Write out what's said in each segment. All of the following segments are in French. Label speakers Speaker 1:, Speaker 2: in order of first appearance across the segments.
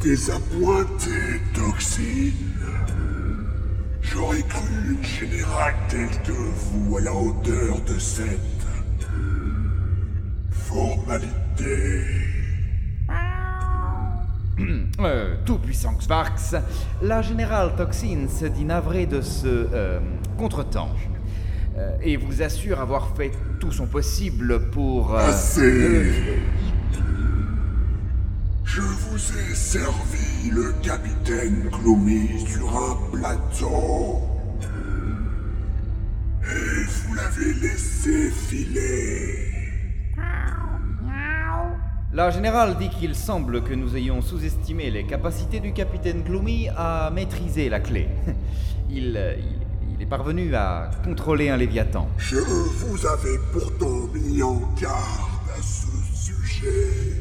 Speaker 1: des appointées toxines. J'aurais cru une générale telle que vous à la hauteur de cette formalité.
Speaker 2: Euh, tout puissant Xvarx, la générale Toxine se dit navrée de ce euh, contretemps euh, et vous assure avoir fait tout son possible pour...
Speaker 1: Ah,
Speaker 2: euh,
Speaker 1: Assez. Je vous ai servi le capitaine Gloomy sur un plateau. Et vous l'avez laissé filer.
Speaker 2: La générale dit qu'il semble que nous ayons sous-estimé les capacités du capitaine Gloomy à maîtriser la clé. Il, euh, il- il est parvenu à contrôler un léviathan.
Speaker 1: Je vous avais pourtant mis en garde à ce sujet.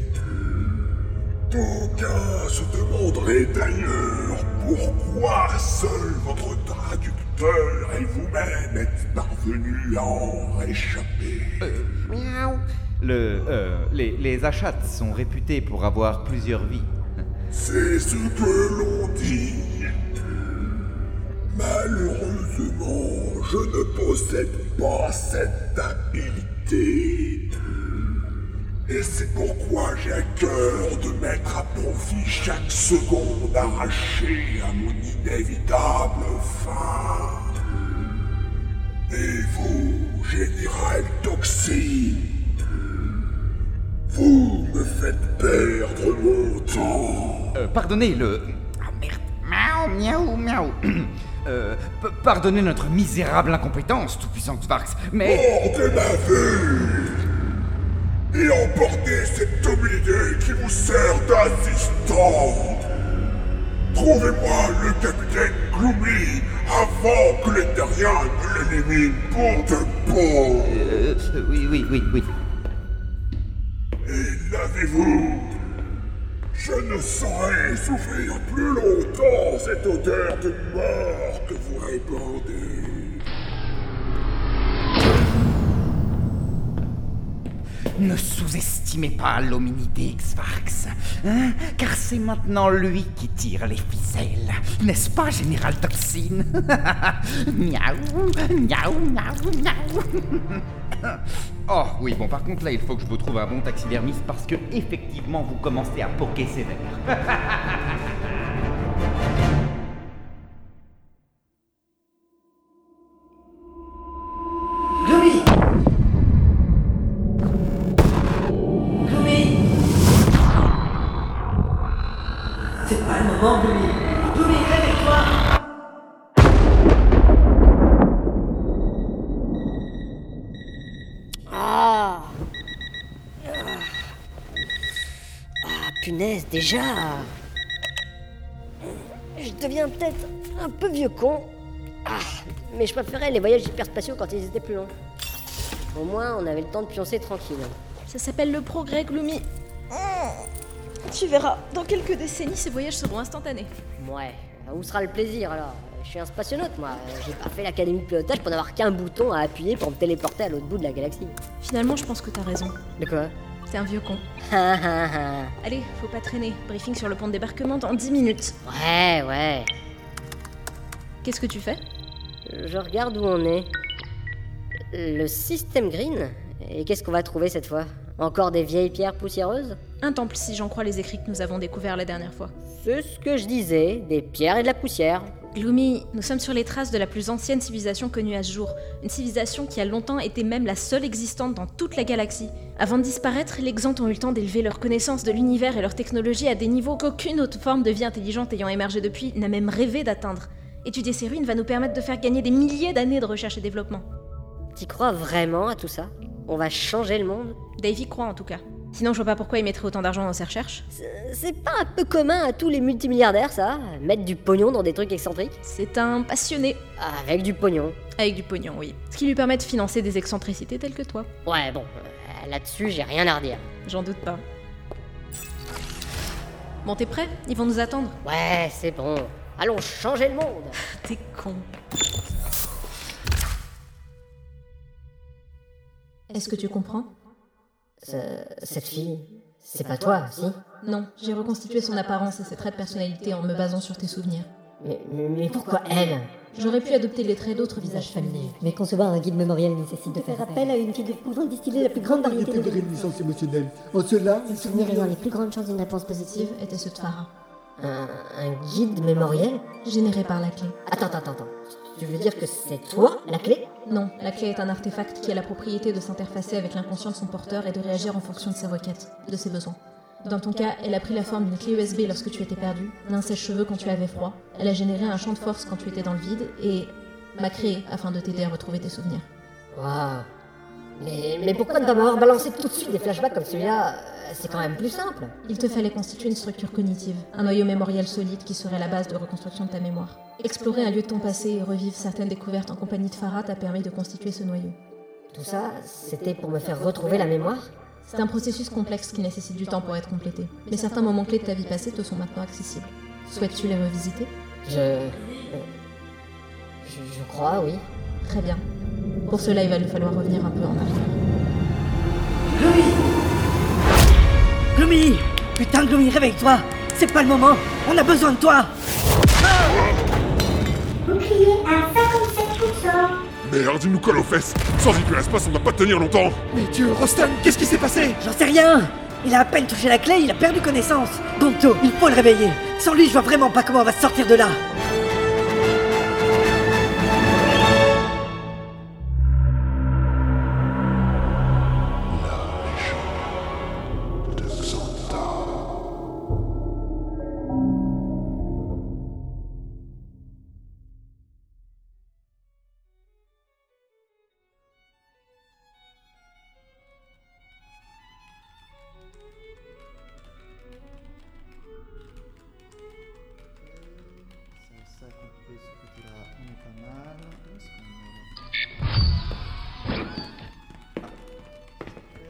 Speaker 1: D'aucuns se demanderaient d'ailleurs pourquoi seul votre traducteur et vous-même êtes parvenus à en réchapper.
Speaker 2: Le, euh, les, les Achats sont réputés pour avoir plusieurs vies.
Speaker 1: C'est ce que l'on dit. Malheureusement, je ne possède pas cette habilité. Et c'est pourquoi j'ai à cœur de mettre à profit chaque seconde arrachée à mon inévitable fin. Et vous, général Toxine, vous me faites perdre mon temps.
Speaker 2: Euh, pardonnez le... Ah merde. Miaou, miaou, miaou. Euh, p- pardonnez notre misérable incompétence, tout puissant Xvarx, mais...
Speaker 1: hors de ma vue et emportez cet obligé qui vous sert d'assistant. Trouvez-moi le capitaine Gloomy avant que les terriens ne l'élimine pour de bon.
Speaker 2: Euh, oui, oui, oui, oui.
Speaker 1: Et lavez-vous. Je ne saurais souffrir plus longtemps cette odeur de mort que vous répandez.
Speaker 2: Ne sous-estimez pas l'hominidé Xvarx, hein, car c'est maintenant lui qui tire les ficelles, n'est-ce pas, Général Toxine Miaou, miaou, miaou, miaou. Oh oui, bon par contre là il faut que je vous trouve un bon taxidermiste parce que effectivement vous commencez à poquer sévère.
Speaker 3: Gloomy Gloomy C'est pas le moment, Gloomy Gloomy, réveille-toi
Speaker 4: Ah Ah, punaise, déjà Je deviens peut-être un peu vieux con. Ah, mais je préférais les voyages hyperspatiaux quand ils étaient plus longs. Au moins, on avait le temps de pioncer tranquille.
Speaker 5: Ça s'appelle le progrès, Gloomy. Hmm. Tu verras, dans quelques décennies, ces voyages seront instantanés.
Speaker 4: Ouais, Ah, où sera le plaisir alors Je suis un spationaute, moi. J'ai pas fait l'académie de pilotage pour n'avoir qu'un bouton à appuyer pour me téléporter à l'autre bout de la galaxie.
Speaker 5: Finalement, je pense que t'as raison.
Speaker 4: De quoi
Speaker 5: T'es un vieux con.
Speaker 4: Ah, ah, ah.
Speaker 5: Allez, faut pas traîner. Briefing sur le pont de débarquement dans 10 minutes.
Speaker 4: Ouais, ouais.
Speaker 5: Qu'est-ce que tu fais
Speaker 4: Je regarde où on est. Le système green Et qu'est-ce qu'on va trouver cette fois Encore des vieilles pierres poussiéreuses
Speaker 5: Un temple, si j'en crois les écrits que nous avons découverts la dernière fois.
Speaker 4: C'est ce que je disais, des pierres et de la poussière.
Speaker 5: Gloomy, nous sommes sur les traces de la plus ancienne civilisation connue à ce jour. Une civilisation qui a longtemps été même la seule existante dans toute la galaxie. Avant de disparaître, les Xants ont eu le temps d'élever leur connaissance de l'univers et leur technologie à des niveaux qu'aucune autre forme de vie intelligente ayant émergé depuis n'a même rêvé d'atteindre. Étudier ces ruines va nous permettre de faire gagner des milliers d'années de recherche et développement.
Speaker 4: T'y crois vraiment à tout ça On va changer le monde
Speaker 5: Davy croit en tout cas. Sinon, je vois pas pourquoi il mettrait autant d'argent dans ses recherches.
Speaker 4: C'est- C'est pas un peu commun à tous les multimilliardaires, ça Mettre du pognon dans des trucs excentriques
Speaker 5: C'est un passionné.
Speaker 4: Avec du pognon.
Speaker 5: Avec du pognon, oui. Ce qui lui permet de financer des excentricités telles que toi.
Speaker 4: Ouais, bon, euh, là-dessus, j'ai rien à redire.
Speaker 5: J'en doute pas. Bon, t'es prêt Ils vont nous attendre.
Speaker 4: Ouais, c'est bon. Allons changer le monde
Speaker 5: T'es con. Est-ce que tu comprends
Speaker 4: Cette fille, C'est pas toi, si
Speaker 5: Non, j'ai reconstitué son apparence et ses traits de personnalité en me basant sur tes souvenirs.
Speaker 4: mais, mais pourquoi elle
Speaker 5: J'aurais pu adopter les traits d'autres visages familiers.
Speaker 4: Mais concevoir un guide mémoriel nécessite de faire appel.
Speaker 6: Elle a une fille de pouvant distiller la plus grande variété
Speaker 7: Variété de
Speaker 6: de
Speaker 7: réminiscences émotionnelles. En cela,
Speaker 6: Les souvenirs ayant les plus grandes chances d'une réponse positive.
Speaker 5: Steve était ce Tfara,
Speaker 4: Un, un guide mémoriel
Speaker 5: généré par la clé.
Speaker 4: Attends, attends, attends. Tu veux dire que c'est toi la clé
Speaker 5: Non, la clé est un artefact qui a la propriété de s'interfacer avec l'inconscient de son porteur et de réagir en fonction de ses requêtes, de ses besoins. Dans ton cas, elle a pris la forme d'une clé USB lorsque tu étais perdu, d'un sèche-cheveux quand tu avais froid, elle a généré un champ de force quand tu étais dans le vide et m'a créé afin de t'aider à retrouver tes souvenirs.
Speaker 4: Waouh. Mais, mais pourquoi ne pas m'avoir balancé tout de suite des flashbacks comme celui-là Euh, C'est quand même plus simple.
Speaker 5: Il te fallait constituer une structure cognitive, un noyau mémoriel solide qui serait la base de reconstruction de ta mémoire. Explorer un lieu de ton passé et revivre certaines découvertes en compagnie de Farah t'a permis de constituer ce noyau.
Speaker 4: Tout ça, c'était pour me faire retrouver la mémoire
Speaker 5: C'est un processus complexe qui nécessite du temps pour être complété, mais certains moments clés de ta vie passée te sont maintenant accessibles. Souhaites-tu les revisiter
Speaker 4: Je... euh, Je, je crois, oui.
Speaker 5: Très bien. Pour cela, il va nous falloir revenir un peu en arrière.
Speaker 8: Gloomy Putain, Gloomy, réveille-toi C'est pas le moment On a besoin de toi
Speaker 9: Bouclier à 57%.
Speaker 1: Merde, il nous colle aux fesses Sans véhicule à espace, on va pas tenir longtemps
Speaker 7: Mais Dieu, Rostam, qu'est-ce qui s'est passé
Speaker 8: J'en sais rien Il a à peine touché la clé, il a perdu connaissance Gonto, il faut le réveiller Sans lui, je vois vraiment pas comment on va se sortir de là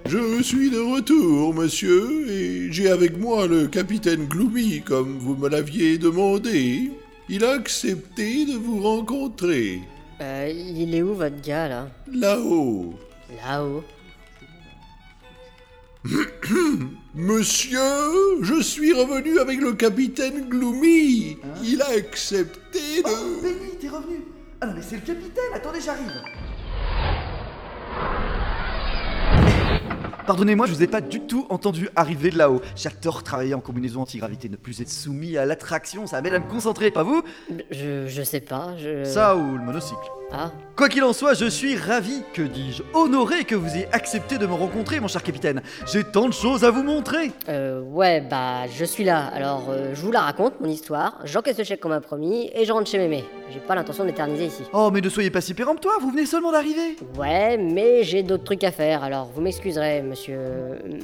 Speaker 10: Je suis de retour, monsieur, et j'ai avec moi le capitaine Gloomy, comme vous me l'aviez demandé. Il a accepté de vous rencontrer,
Speaker 4: Euh, il est où votre gars, là
Speaker 10: là-haut.
Speaker 4: Là-haut.
Speaker 10: Monsieur, je suis revenu avec le capitaine Gloomy.
Speaker 7: Hein
Speaker 10: Il a accepté de...
Speaker 7: Mais oui, t'es revenu Ah non, mais c'est le capitaine Attendez, j'arrive Pardonnez-moi, je vous ai pas du tout entendu arriver de là-haut. J'adore travailler en combinaison antigravité, ne plus être soumis à l'attraction, ça m'aide à me concentrer, pas vous
Speaker 4: Je, je sais pas, je...
Speaker 7: Ça ou le monocycle.
Speaker 4: Ah,
Speaker 7: Quoi qu'il en soit, je suis ravi, que dis-je, honoré que vous ayez accepté de me rencontrer, mon cher capitaine. J'ai tant de choses à vous montrer.
Speaker 4: euh, ouais, bah, je suis là. Alors, euh, je vous la raconte, mon histoire, j'encaisse le chèque qu'on m'a promis, et je rentre chez mémé. J'ai pas l'intention d'éterniser ici.
Speaker 7: Oh, mais ne soyez pas si péremptoire, vous venez seulement d'arriver.
Speaker 4: Ouais, mais j'ai d'autres trucs à faire, alors vous m'excuserez, monsieur...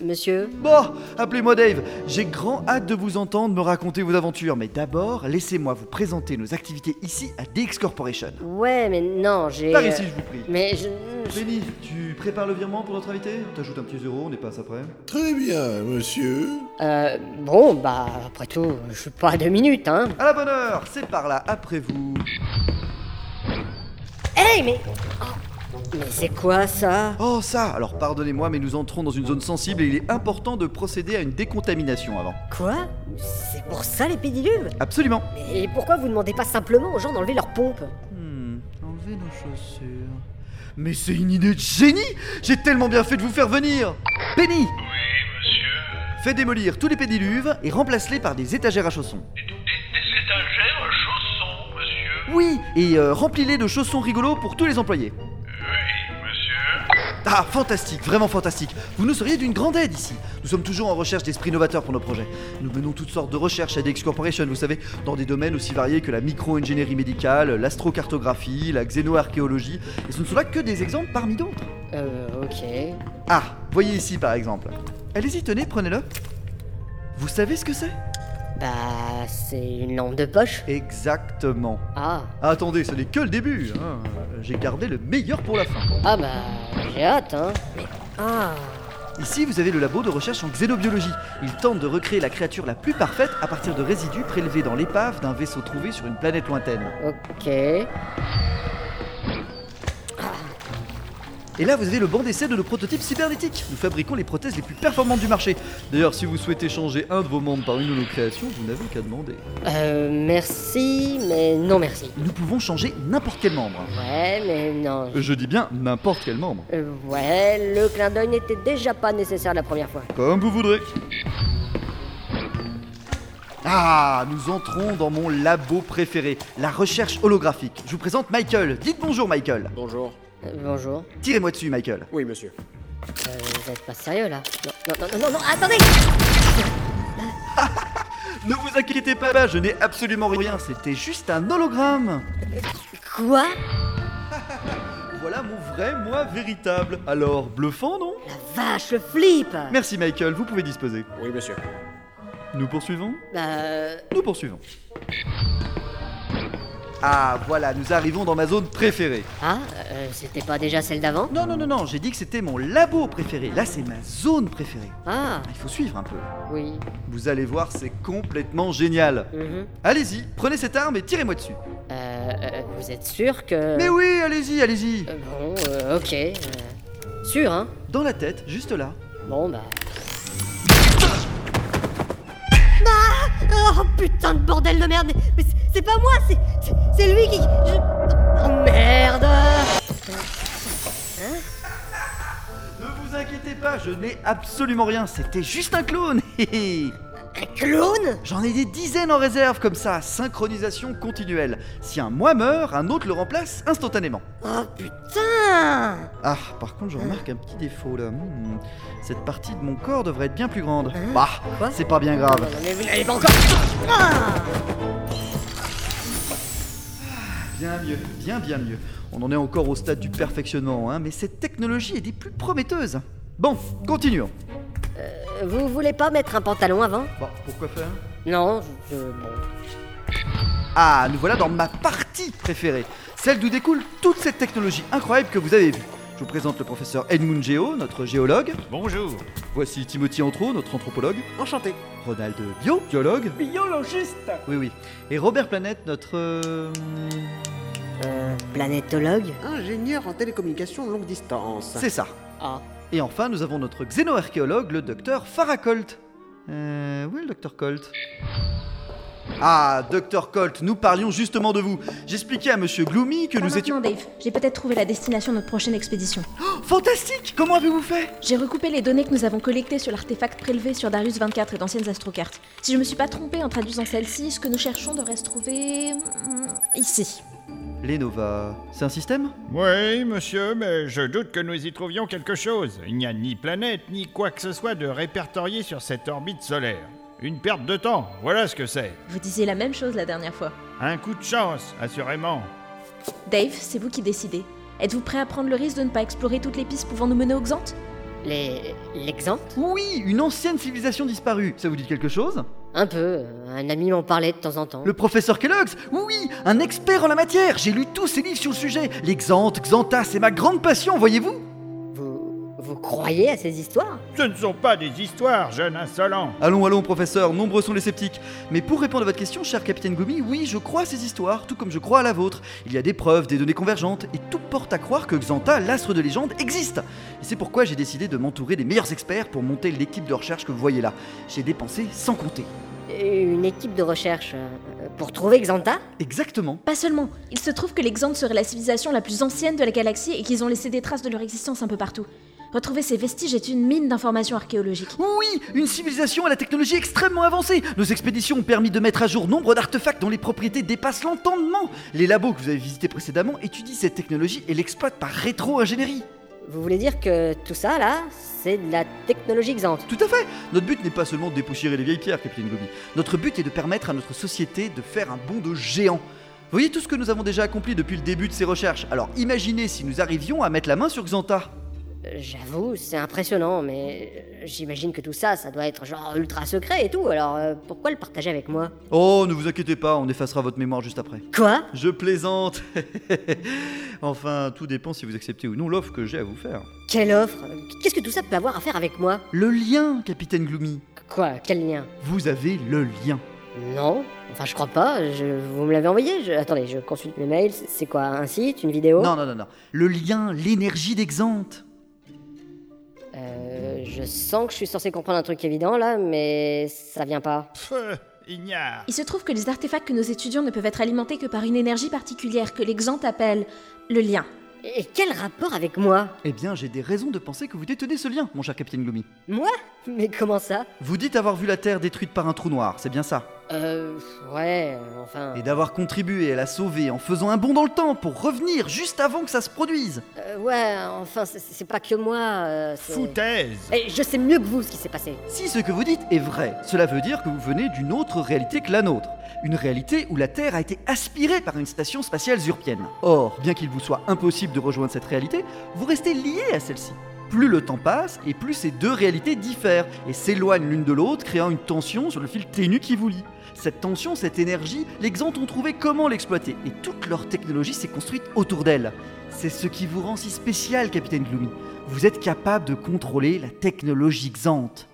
Speaker 4: Monsieur
Speaker 7: Bon, appelez-moi Dave. J'ai grand hâte de vous entendre me raconter vos aventures, mais d'abord, laissez-moi vous présenter nos activités ici à DX Corporation.
Speaker 4: Ouais, mais non, j'ai...
Speaker 7: Par ici, je vous prie.
Speaker 4: Mais je...
Speaker 7: Benny, tu prépares le virement pour notre invité T'ajoutes un petit zéro, on n'est pas après.
Speaker 10: Très bien, monsieur.
Speaker 4: Euh, bon, bah, après tout, je suis pas à deux minutes, hein.
Speaker 7: À la bonne heure, c'est par là, après vous.
Speaker 4: Hey, Eh, mais... oh, mais c'est quoi, ça
Speaker 7: Oh ça Alors pardonnez-moi, mais nous entrons dans une zone sensible et il est important de procéder à une décontamination avant.
Speaker 4: Quoi C'est pour ça, les pédiluves
Speaker 7: Absolument.
Speaker 4: Et pourquoi vous demandez pas simplement aux gens d'enlever leurs pompes
Speaker 7: Hmm, enlevez nos chaussures. Mais c'est une idée de génie J'ai tellement bien fait de vous faire venir Penny Oui, monsieur Fais démolir tous les pédiluves et remplace-les par des étagères à chaussons.
Speaker 9: Des étagères chaussons, monsieur.
Speaker 7: Oui, et euh, remplis-les de chaussons rigolos pour tous les employés.
Speaker 9: Oui, monsieur.
Speaker 7: Ah, fantastique, vraiment fantastique. Vous nous seriez d'une grande aide ici. Nous sommes toujours en recherche d'esprits novateurs pour nos projets. Nous menons toutes sortes de recherches à DX Corporation, vous savez, dans des domaines aussi variés que la micro-ingénierie médicale, l'astrocartographie, la xénoarchéologie, et ce ne sont là que des exemples parmi d'autres.
Speaker 4: Euh, ok.
Speaker 7: Ah, voyez ici par exemple. Allez-y, tenez, prenez-le. Vous savez ce que c'est
Speaker 4: Bah, c'est une lampe de poche
Speaker 7: Exactement.
Speaker 4: Ah,
Speaker 7: Attendez, ce n'est que le début. hein. J'ai gardé le meilleur pour la fin.
Speaker 4: ah bah, j'ai hâte, hein. Mais- Ah,
Speaker 7: Ici, vous avez le labo de recherche en xénobiologie. Il tente de recréer la créature la plus parfaite à partir de résidus prélevés dans l'épave d'un vaisseau trouvé sur une planète lointaine.
Speaker 4: ok.
Speaker 7: Et là, vous avez le banc d'essai de nos prototypes cybernétiques. Nous fabriquons les prothèses les plus performantes du marché. D'ailleurs, si vous souhaitez changer un de vos membres par une de nos créations, vous n'avez qu'à demander.
Speaker 4: Euh, merci, mais non merci.
Speaker 7: Nous pouvons changer n'importe quel membre.
Speaker 4: Ouais, mais non.
Speaker 7: Je dis bien n'importe quel membre.
Speaker 4: Euh, ouais, le clin d'œil n'était déjà pas nécessaire la première fois.
Speaker 7: Comme vous voudrez. Ah, nous entrons dans mon labo préféré, la recherche holographique. Je vous présente Michael. Dites bonjour, Michael.
Speaker 11: Bonjour.
Speaker 4: Euh, bonjour.
Speaker 7: Tirez-moi dessus, Michael.
Speaker 11: Oui, monsieur.
Speaker 4: Euh, vous êtes pas sérieux là Non, non, non, non, non, attendez
Speaker 7: Ne vous inquiétez pas, je n'ai absolument rien. C'était juste un hologramme.
Speaker 4: Quoi
Speaker 7: Voilà mon vrai moi véritable. Alors, bluffant, non
Speaker 4: Vache, je flippe
Speaker 7: Merci, Michael. Vous pouvez disposer.
Speaker 11: Oui, monsieur.
Speaker 7: Nous poursuivons
Speaker 4: Euh.
Speaker 7: Nous poursuivons. Ah, voilà, nous arrivons dans ma zone préférée.
Speaker 4: Ah, euh, c'était pas déjà celle d'avant
Speaker 7: Non, non, non, non, j'ai dit que c'était mon labo préféré. Là, c'est ma zone préférée.
Speaker 4: Ah
Speaker 7: Il faut suivre un peu.
Speaker 4: Oui.
Speaker 7: Vous allez voir, c'est complètement génial.
Speaker 4: Mhm.
Speaker 7: Allez-y, prenez cette arme et tirez-moi dessus.
Speaker 4: Euh, euh, vous êtes sûr que.
Speaker 7: Mais oui, allez-y, allez-y.
Speaker 4: Euh, bon, euh, ok. euh, sûr, hein
Speaker 7: Dans la tête, juste là.
Speaker 4: Bon, bah. Oh putain de bordel de merde Mais c'est- c'est pas moi, c'est- c'est c'est lui qui. je- Oh merde
Speaker 7: Hein Ne vous inquiétez pas, je n'ai absolument rien. C'était juste un clone. hé, hé.
Speaker 4: Un clone
Speaker 7: J'en ai des dizaines en réserve comme ça, synchronisation continuelle. Si un moi meurt, un autre le remplace instantanément.
Speaker 4: Oh putain Hein
Speaker 7: Ah, par contre, je remarque un petit défaut là. Hmm, cette partie de mon corps devrait être bien plus grande.
Speaker 4: Hein
Speaker 7: Bah, c'est pas bien grave.
Speaker 4: Mais vous n'allez pas encore. Ah
Speaker 7: Bien mieux, bien bien mieux. On en est encore au stade du perfectionnement, hein, mais cette technologie est des plus prometteuses. Bon, continuons.
Speaker 4: Euh, Vous voulez pas mettre un pantalon avant
Speaker 7: Bon, pourquoi faire
Speaker 4: Non, je. je- Bon.
Speaker 7: Ah, nous voilà dans ma partie préférée, celle d'où découle toute cette technologie incroyable que vous avez vue. Je vous présente le professeur Edmund Geo, notre géologue.
Speaker 12: Bonjour.
Speaker 7: Voici Timothy Antro, notre anthropologue.
Speaker 12: Enchanté.
Speaker 7: Ronald Bio, biologue.
Speaker 12: Biologiste.
Speaker 7: Oui, oui. Et Robert Planète, notre. euh,
Speaker 4: Planétologue
Speaker 12: Ingénieur en télécommunication longue distance.
Speaker 7: C'est ça.
Speaker 4: Ah.
Speaker 7: Et enfin, nous avons notre xénoarchéologue, le docteur Farah Colt. Euh, où est le docteur Colt Ah, docteur Colt, nous parlions justement de vous. J'expliquais à monsieur Gloomy que
Speaker 5: Pas
Speaker 7: nous étions. Oh,
Speaker 5: maintenant, Dave. J'ai peut-être trouvé la destination de notre prochaine expédition.
Speaker 7: fantastique Comment avez-vous fait
Speaker 5: J'ai recoupé les données que nous avons collectées sur l'artefact prélevé sur Darius 24 et d'anciennes astrocartes. Si je me suis pas trompée en traduisant celle-ci, ce que nous cherchons devrait se trouver. hum, ici.
Speaker 7: L'Enova, c'est un système
Speaker 12: Oui, monsieur, mais je doute que nous y trouvions quelque chose. Il n'y a ni planète, ni quoi que ce soit de répertorié sur cette orbite solaire. Une perte de temps, voilà ce que c'est.
Speaker 5: Vous disiez la même chose la dernière fois.
Speaker 12: Un coup de chance, assurément.
Speaker 5: Dave, c'est vous qui décidez. Êtes-vous prêt à prendre le risque de ne pas explorer toutes les pistes pouvant nous mener aux Xantes
Speaker 4: Les. L'exemple
Speaker 7: Oui, une ancienne civilisation disparue. Ça vous dit quelque chose
Speaker 4: Un peu. Un ami m'en parlait de temps en temps.
Speaker 7: Le professeur Kellogg's Oui, un expert en la matière J'ai lu tous ses livres sur le sujet. Les Xantes, Xantas, c'est ma grande passion, voyez-vous
Speaker 4: Vous croyez à ces histoires
Speaker 12: Ce ne sont pas des histoires, jeune insolent.
Speaker 7: Allons, allons, professeur, nombreux sont les sceptiques. Mais pour répondre à votre question, cher capitaine Goumi, oui, je crois à ces histoires, tout comme je crois à la vôtre. Il y a des preuves, des données convergentes, et tout porte à croire que Xanta, l'astre de légende, existe. Et c'est pourquoi j'ai décidé de m'entourer des meilleurs experts pour monter l'équipe de recherche que vous voyez là. J'ai dépensé sans compter.
Speaker 4: Une équipe de recherche euh, pour trouver Xanta
Speaker 7: Exactement.
Speaker 5: Pas seulement, il se trouve que les Xantes seraient la civilisation la plus ancienne de la galaxie et qu'ils ont laissé des traces de leur existence un peu partout. Retrouver ces vestiges est une mine d'informations archéologiques.
Speaker 7: Oui, une civilisation à la technologie extrêmement avancée. Nos expéditions ont permis de mettre à jour nombre d'artefacts dont les propriétés dépassent l'entendement. Les labos que vous avez visités précédemment étudient cette technologie et l'exploitent par rétro-ingénierie.
Speaker 4: Vous voulez dire que tout ça là, c'est de la technologie Xante
Speaker 7: Tout à fait Notre but n'est pas seulement de dépoussiérer les vieilles pierres, Capitaine Gobi. Notre but est de permettre à notre société de faire un bond de géant. Vous voyez tout ce que nous avons déjà accompli depuis le début de ces recherches. Alors imaginez si nous arrivions à mettre la main sur Xanta.
Speaker 4: Euh, J'avoue, c'est impressionnant, mais euh, j'imagine que tout ça, ça doit être genre ultra secret et tout, alors euh, pourquoi le partager avec moi
Speaker 7: Oh, ne vous inquiétez pas, on effacera votre mémoire juste après.
Speaker 4: Quoi
Speaker 7: Je plaisante Enfin, tout dépend si vous acceptez ou non l'offre que j'ai à vous faire.
Speaker 4: Quelle offre Qu'est-ce que tout ça peut avoir à faire avec moi
Speaker 7: Le lien, Capitaine Gloomy
Speaker 4: Quoi Quel lien
Speaker 7: Vous avez le lien.
Speaker 4: Non, enfin je crois pas, je- vous me l'avez envoyé, je- attendez, je consulte mes mails, c'est quoi, un site, une vidéo
Speaker 7: Non, non, non, non. Le lien, l'énergie d'Exante.
Speaker 4: Euh, je sens que je suis censé comprendre un truc évident là, mais ça vient pas.
Speaker 12: Ignare.
Speaker 5: Il se trouve que les artefacts que nos étudiants ne peuvent être alimentés que par une énergie particulière que l'exempt appelle le lien.
Speaker 4: Et quel rapport avec moi
Speaker 7: Eh bien, j'ai des raisons de penser que vous détenez ce lien, mon cher capitaine Gloomy.
Speaker 4: Moi Mais comment ça
Speaker 7: Vous dites avoir vu la Terre détruite par un trou noir, c'est bien ça
Speaker 4: Euh, ouais, euh, enfin...
Speaker 7: Et d'avoir contribué à la sauver en faisant un bond dans le temps pour revenir juste avant que ça se produise
Speaker 4: Euh, ouais, enfin, c'est- c'est pas que moi... euh, c'est-
Speaker 12: Foutaise
Speaker 4: Eh, je sais mieux que vous ce qui s'est passé.
Speaker 7: Si ce que vous dites est vrai, cela veut dire que vous venez d'une autre réalité que la nôtre. Une réalité où la Terre a été aspirée par une station spatiale zurpienne. Or, bien qu'il vous soit impossible de rejoindre cette réalité, vous restez lié à celle-ci. Plus le temps passe, et plus ces deux réalités diffèrent et s'éloignent l'une de l'autre, créant une tension sur le fil ténu qui vous lie. Cette tension, cette énergie, les Xantes ont trouvé comment l'exploiter, et toute leur technologie s'est construite autour d'elle. C'est ce qui vous rend si spécial, Capitaine Gloomy. Vous êtes capable de contrôler la technologie Xante.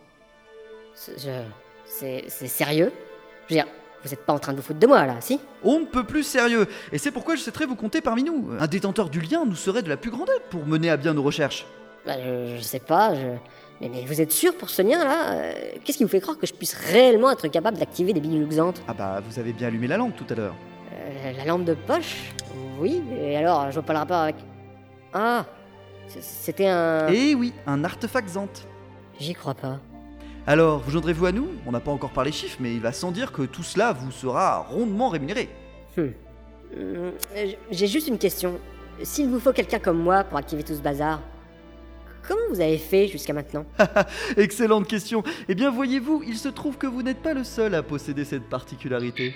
Speaker 4: C'est- je- C'est c'est sérieux Je veux dire, vous êtes pas en train de vous foutre de moi là, si
Speaker 7: On ne peut plus sérieux, et c'est pourquoi je souhaiterais vous compter parmi nous. Un détenteur du lien nous serait de la plus grande aide pour mener à bien nos recherches.
Speaker 4: Bah, je, je sais pas, je... Mais, mais vous êtes sûr pour ce lien là Euh, Qu'est-ce qui vous fait croire que je puisse réellement être capable d'activer des billes luxantes
Speaker 7: Ah bah, vous avez bien allumé la lampe tout à l'heure.
Speaker 4: Euh, La lampe de poche Oui, et alors, je vois pas le rapport avec... Ah c- C'était un...
Speaker 7: Eh oui, un artefact Xante.
Speaker 4: J'y crois pas.
Speaker 7: Alors, vous joindrez-vous à nous On n'a pas encore parlé chiffres, mais il va sans dire que tout cela vous sera rondement rémunéré.
Speaker 4: Hmm. Hum, euh, J'ai juste une question. S'il vous faut quelqu'un comme moi pour activer tout ce bazar, comment vous avez fait jusqu'à maintenant
Speaker 7: Excellente question. Eh bien, voyez-vous, il se trouve que vous n'êtes pas le seul à posséder cette particularité.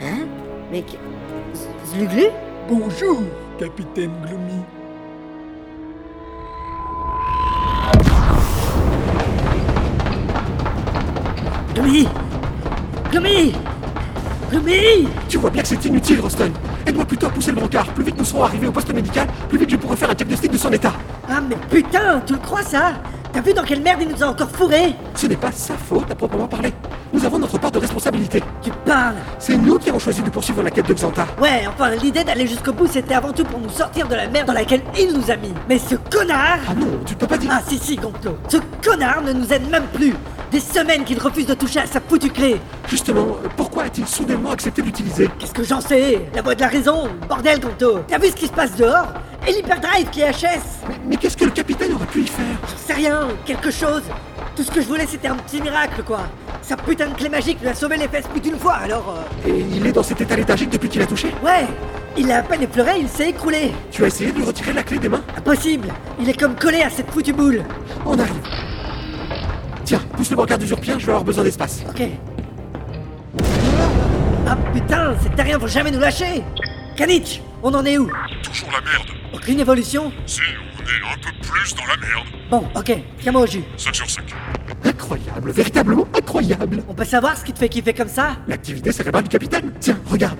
Speaker 4: Hein Mais que... Zluglu
Speaker 11: Bonjour, capitaine Gloomy.
Speaker 8: Gloomy Gloomy Gloomy
Speaker 11: Tu vois bien que c'est inutile, Roston. Aide-moi plutôt à pousser le brancard. Plus vite nous serons arrivés au poste médical, plus vite je pourrai faire un diagnostic de son état.
Speaker 8: Ah mais putain, tu le crois ça T'as vu dans quelle merde il nous a encore fourré
Speaker 11: Ce n'est pas sa faute à proprement parler. Nous avons notre part de responsabilité.
Speaker 8: Tu parles
Speaker 11: C'est nous qui avons choisi de poursuivre la quête de Xanta.
Speaker 8: Ouais, enfin l'idée d'aller jusqu'au bout c'était avant tout pour nous sortir de la merde dans laquelle il nous a mis. Mais ce connard Ah
Speaker 11: non, tu peux pas dire
Speaker 8: Ah si si Gonflo, ce connard ne nous aide même plus Des semaines qu'il refuse de toucher à sa foutue clé
Speaker 11: Justement, pourquoi a-t-il soudainement accepté d'utiliser
Speaker 8: Qu'est-ce que j'en sais La voix de la raison Bordel Gonto T'as vu ce qui se passe dehors Et l'hyperdrive qui est HS
Speaker 11: Mais, qu'est-ce que le capitaine aurait pu y faire
Speaker 8: J'en sais rien, quelque chose Tout ce que je voulais c'était un petit miracle quoi Sa putain de clé magique lui a sauvé les fesses plus d'une fois alors... euh,
Speaker 11: Et il est dans cet état léthargique depuis qu'il a touché
Speaker 8: Ouais Il a à peine effleuré, il s'est écroulé
Speaker 11: Tu as essayé de lui retirer la clé des mains
Speaker 8: Impossible Il est comme collé à cette foutue boule
Speaker 11: On arrive Tiens, pousse le brancard du Zurpien, je vais avoir besoin d'espace.
Speaker 8: Ok. Ah putain, ces terriens vont jamais nous lâcher Kanich, on en est où
Speaker 1: Toujours la merde.
Speaker 8: Aucune évolution
Speaker 1: Si, on est un peu plus dans la merde.
Speaker 8: Bon, ok, tiens-moi au jus.
Speaker 1: 5 sur 5.
Speaker 11: Incroyable, véritablement incroyable
Speaker 8: On peut savoir ce qui te fait kiffer comme ça
Speaker 11: L'activité cérébrale du capitaine Tiens, regarde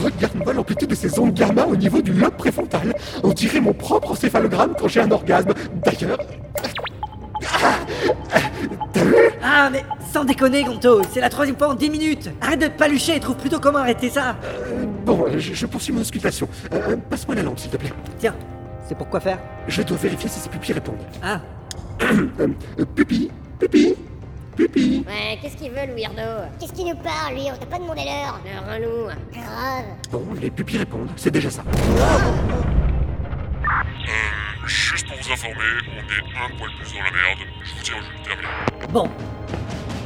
Speaker 11: Regarde-moi l'amplitude de ces ondes gamma au niveau du lobe préfrontal. On dirait mon propre encéphalogramme quand j'ai un orgasme. D'ailleurs,
Speaker 8: Ah mais sans déconner Gonto, c'est la troisième fois en 10 minutes Arrête de te palucher et trouve plutôt comment arrêter ça
Speaker 11: bon, euh, je, je poursuis mon auscultation. Euh, Passe-moi la lampe, s'il te plaît.
Speaker 8: Tiens, c'est pour quoi faire
Speaker 11: Je dois vérifier si ces pupilles répondent.
Speaker 8: Ah
Speaker 11: Euh, euh, pupille, pupille, pupille.
Speaker 13: Ouais, qu'est-ce qu'ils veulent, weirdo Qu'est-ce qu'il nous parle, lui On t'a pas demandé l'heure Leur un loup Grave
Speaker 11: Bon, les pupilles répondent, c'est déjà ça.
Speaker 1: Euh, juste pour vous informer, on est un poil plus dans la merde. Je vous tiens au jeu terminé.
Speaker 8: Bon.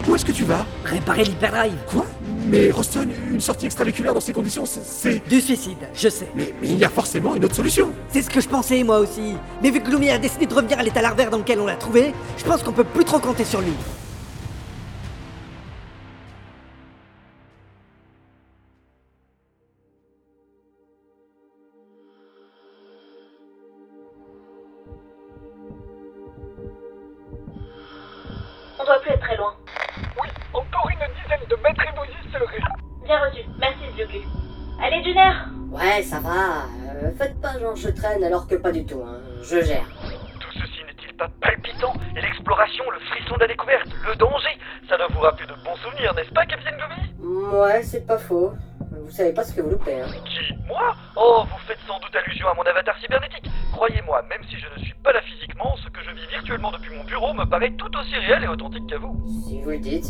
Speaker 11: Où est-ce que tu vas
Speaker 8: Réparer l'hyperdrive
Speaker 11: Quoi Mais Roston, une sortie extravéculaire dans ces conditions, c'est- c'est...
Speaker 8: Du suicide, je sais.
Speaker 11: Mais, mais il y a forcément une autre solution
Speaker 8: C'est ce que je pensais moi aussi Mais vu que Gloomy a décidé de revenir à l'état larvaire dans lequel on l'a trouvé, je pense qu'on peut plus trop compter sur lui
Speaker 14: On doit plus être très loin.
Speaker 15: Oui, encore une dizaine de mètres et vous y serez.
Speaker 14: Bien reçu. Merci, Zuglu. Allez, Jenner
Speaker 4: Ouais, ça va. euh, faites pas genre je traîne alors que pas du tout, hein. Je gère.
Speaker 15: Tout ceci n'est-il pas palpitant L'exploration, le frisson de la découverte, le danger,
Speaker 7: Ça doit vous rappeler de bons souvenirs, n'est-ce pas, Capitaine Gloomy
Speaker 4: Ouais, c'est pas faux. Vous savez pas ce que vous loupez, hein.
Speaker 7: Qui Moi Oh, vous faites sans doute allusion à mon avatar cybernétique. Croyez-moi, même si je ne suis pas là physiquement, ce que je vis virtuellement depuis mon bureau me paraît tout aussi réel et authentique qu'à vous.
Speaker 4: Si vous le dites.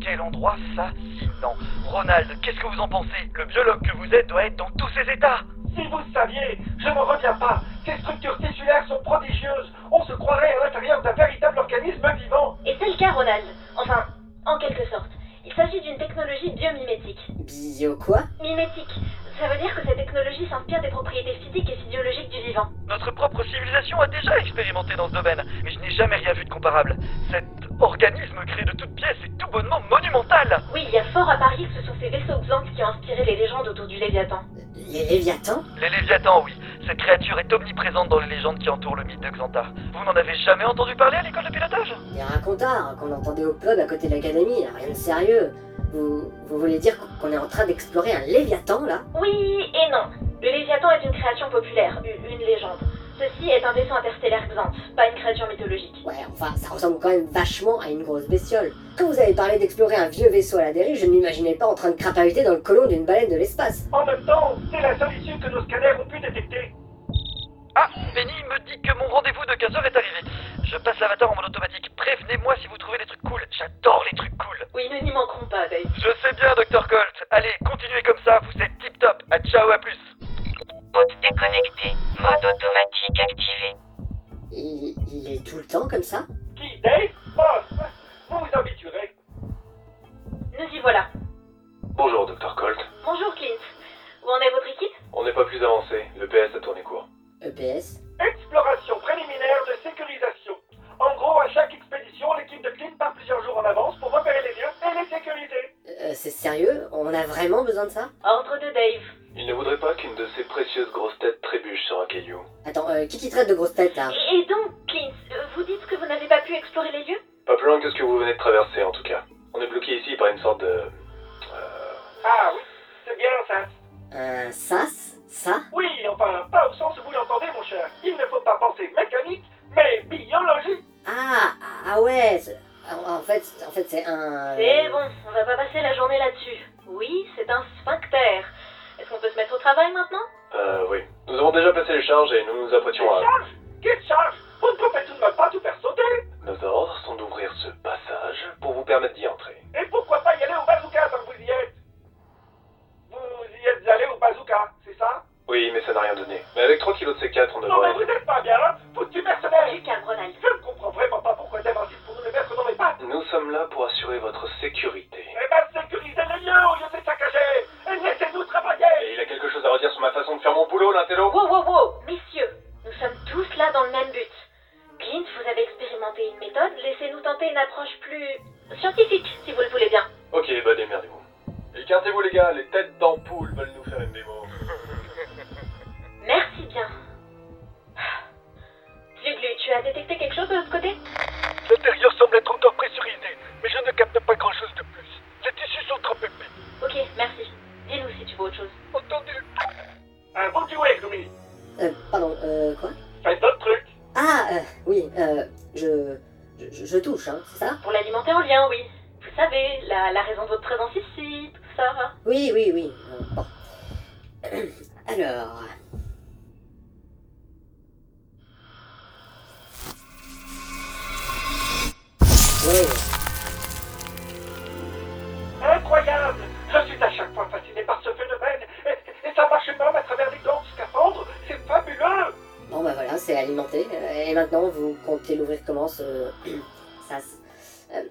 Speaker 7: Quel endroit fascinant Ronald, qu'est-ce que vous en pensez Le biologue que vous êtes doit être dans tous ses états
Speaker 3: Si vous saviez, je ne reviens pas. Ces structures tissulaires sont prodigieuses. On se croirait à l'intérieur d'un véritable organisme vivant.
Speaker 14: Et c'est le cas, Ronald. Enfin, en quelque sorte. Il s'agit d'une technologie biomimétique.
Speaker 4: Bio quoi
Speaker 14: Mimétique. Ça veut dire que cette technologie s'inspire des propriétés physiques et physiologiques du vivant.
Speaker 7: Notre propre civilisation a déjà expérimenté dans ce domaine, mais je n'ai jamais rien vu de comparable. Cet organisme créé de toutes pièces est tout bonnement monumental
Speaker 14: Oui, il y a fort à parier que ce sont ces vaisseaux Xanth qui ont inspiré les légendes autour du Léviathan.
Speaker 4: Euh, Les Léviathans
Speaker 7: Les Léviathans, oui. Cette créature est omniprésente dans les légendes qui entourent le mythe de Xanta. Vous n'en avez jamais entendu parler à l'école de pilotage
Speaker 4: Des racontards qu'on entendait au pub à côté de l'académie, rien de sérieux. Vous, vous voulez dire qu'on est en train d'explorer un Léviathan là
Speaker 14: Oui et non. Le Léviathan est une création populaire, u- une légende. Ceci est un vaisseau interstellaire Xanth, pas une créature mythologique.
Speaker 4: Ouais, enfin, ça ressemble quand même vachement à une grosse bestiole. Quand vous avez parlé d'explorer un vieux vaisseau à la dérive, je ne m'imaginais pas en train de crapahuter dans le colon d'une baleine de l'espace.
Speaker 3: En même temps, c'est la seule issue que nos scanners ont pu détecter.
Speaker 7: Ah, Benny me dit que mon rendez-vous de 15h est arrivé. Je passe l'avatar en mode automatique. Prévenez-moi si vous trouvez des trucs cool. J'adore les trucs cool.
Speaker 14: Oui, nous n'y manquerons pas, Dave.
Speaker 7: Je sais bien, Dr. Colt. Allez, continuez comme ça, vous êtes tip top. À ciao, à plus.
Speaker 16: Mode déconnecté. Mode automatique activé.
Speaker 4: Il, il est tout le temps comme ça
Speaker 3: Qui, Dave Oh, vous vous habituerez.
Speaker 14: Nous y voilà.
Speaker 17: Bonjour, Dr. Colt.
Speaker 14: Bonjour, Clint. Où en est votre équipe
Speaker 17: On n'est pas plus avancé. Le PS a tourné court.
Speaker 4: E EPS
Speaker 3: Exploration préliminaire de sécurisation. En gros, à chaque expédition, l'équipe de Clint part plusieurs jours en avance pour repérer les lieux et les sécuriser.
Speaker 4: Euh, C'est sérieux On a vraiment besoin de ça
Speaker 14: Ordre de Dave.
Speaker 17: Il ne voudrait pas qu'une de ces précieuses grosses têtes trébuche sur un caillou.
Speaker 4: Attends, euh, qui qui traite de grosses têtes là
Speaker 14: Et donc, Clint, euh, vous dites que vous n'avez pas pu explorer les lieux
Speaker 17: Pas plus loin que ce que vous venez de traverser, en tout cas. On est bloqué ici par une sorte de.
Speaker 3: Ah oui, c'est bien ça.
Speaker 4: Un sas Euh, Ça
Speaker 3: Oui, enfin, pas au sens où vous l'entendez, mon cher. Il ne faut pas penser mécanique, mais biologie.
Speaker 4: Ah, ah ouais c'est- en, en fait, en fait c'est un...
Speaker 14: C'est bon, on va pas passer la journée là-dessus. Oui, c'est un sphincter. Est-ce qu'on peut se mettre au travail maintenant
Speaker 17: Euh, oui. Nous avons déjà placé les charges et nous nous apprêtions à.
Speaker 3: Quelle charge Vous ne pouvez tout de même pas tout faire sauter.
Speaker 17: Nos ordres sont d'ouvrir ce passage pour vous permettre d'y entrer.
Speaker 3: Et pourquoi pas y aller au bazooka quand vous y êtes Vous y êtes allé au bazooka, c'est ça
Speaker 17: Oui, mais ça n'a rien donné. Mais avec 3 kilos de C4, on
Speaker 3: Non, mais
Speaker 17: devrait.
Speaker 3: vous n'êtes pas bien, hein Vous du mercenaire.
Speaker 14: Du calme, Ronald.
Speaker 3: Je ne comprends vraiment pas pourquoi des bandits pour nous les mettre dans les pattes.
Speaker 17: Nous sommes là pour assurer votre sécurité.
Speaker 3: Eh ben, sécurisez les lieux au lieu de les saccager. Et laissez-nous travailler.
Speaker 17: Et il a quelque chose à redire sur ma façon de faire mon boulot, l'intello
Speaker 14: Wow, wow, wow Messieurs, nous sommes tous là dans le même but. Clint, vous avez expérimenté une méthode, laissez-nous tenter une approche plus scientifique, si vous le voulez bien.
Speaker 17: Ok, bah démerdez-vous. Écartez-vous, les gars, les têtes d'ampoule veulent nous faire une démo.
Speaker 14: Merci Eh bien. Gluglu, tu as détecté quelque chose de l'autre côté
Speaker 18: L'intérieur semble être encore pressurisé, mais je ne capte pas grand-chose de plus. Les tissus sont trop épais.
Speaker 14: Ok, merci. Dis-nous si tu vois autre chose.
Speaker 18: Entendu
Speaker 3: Un bon duel, Gloomy.
Speaker 4: Euh, pardon, euh, quoi
Speaker 3: Faites d'autres trucs.
Speaker 4: Ah, euh, oui, euh, je... Je, je- je touche, hein, c'est ça
Speaker 14: Pour l'alimenter en lien, oui. Vous savez, la, la raison de votre présence ici, tout ça.
Speaker 4: Oui, oui, oui. euh, bon. Alors...
Speaker 3: Incroyable Je suis à chaque fois fasciné par ce phénomène. Et, et ça marche même à travers les gants de scaphandre. C'est fabuleux
Speaker 4: Bon bah voilà, c'est alimenté. Euh, Et maintenant, vous comptez l'ouvrir comment ce... sas Euh,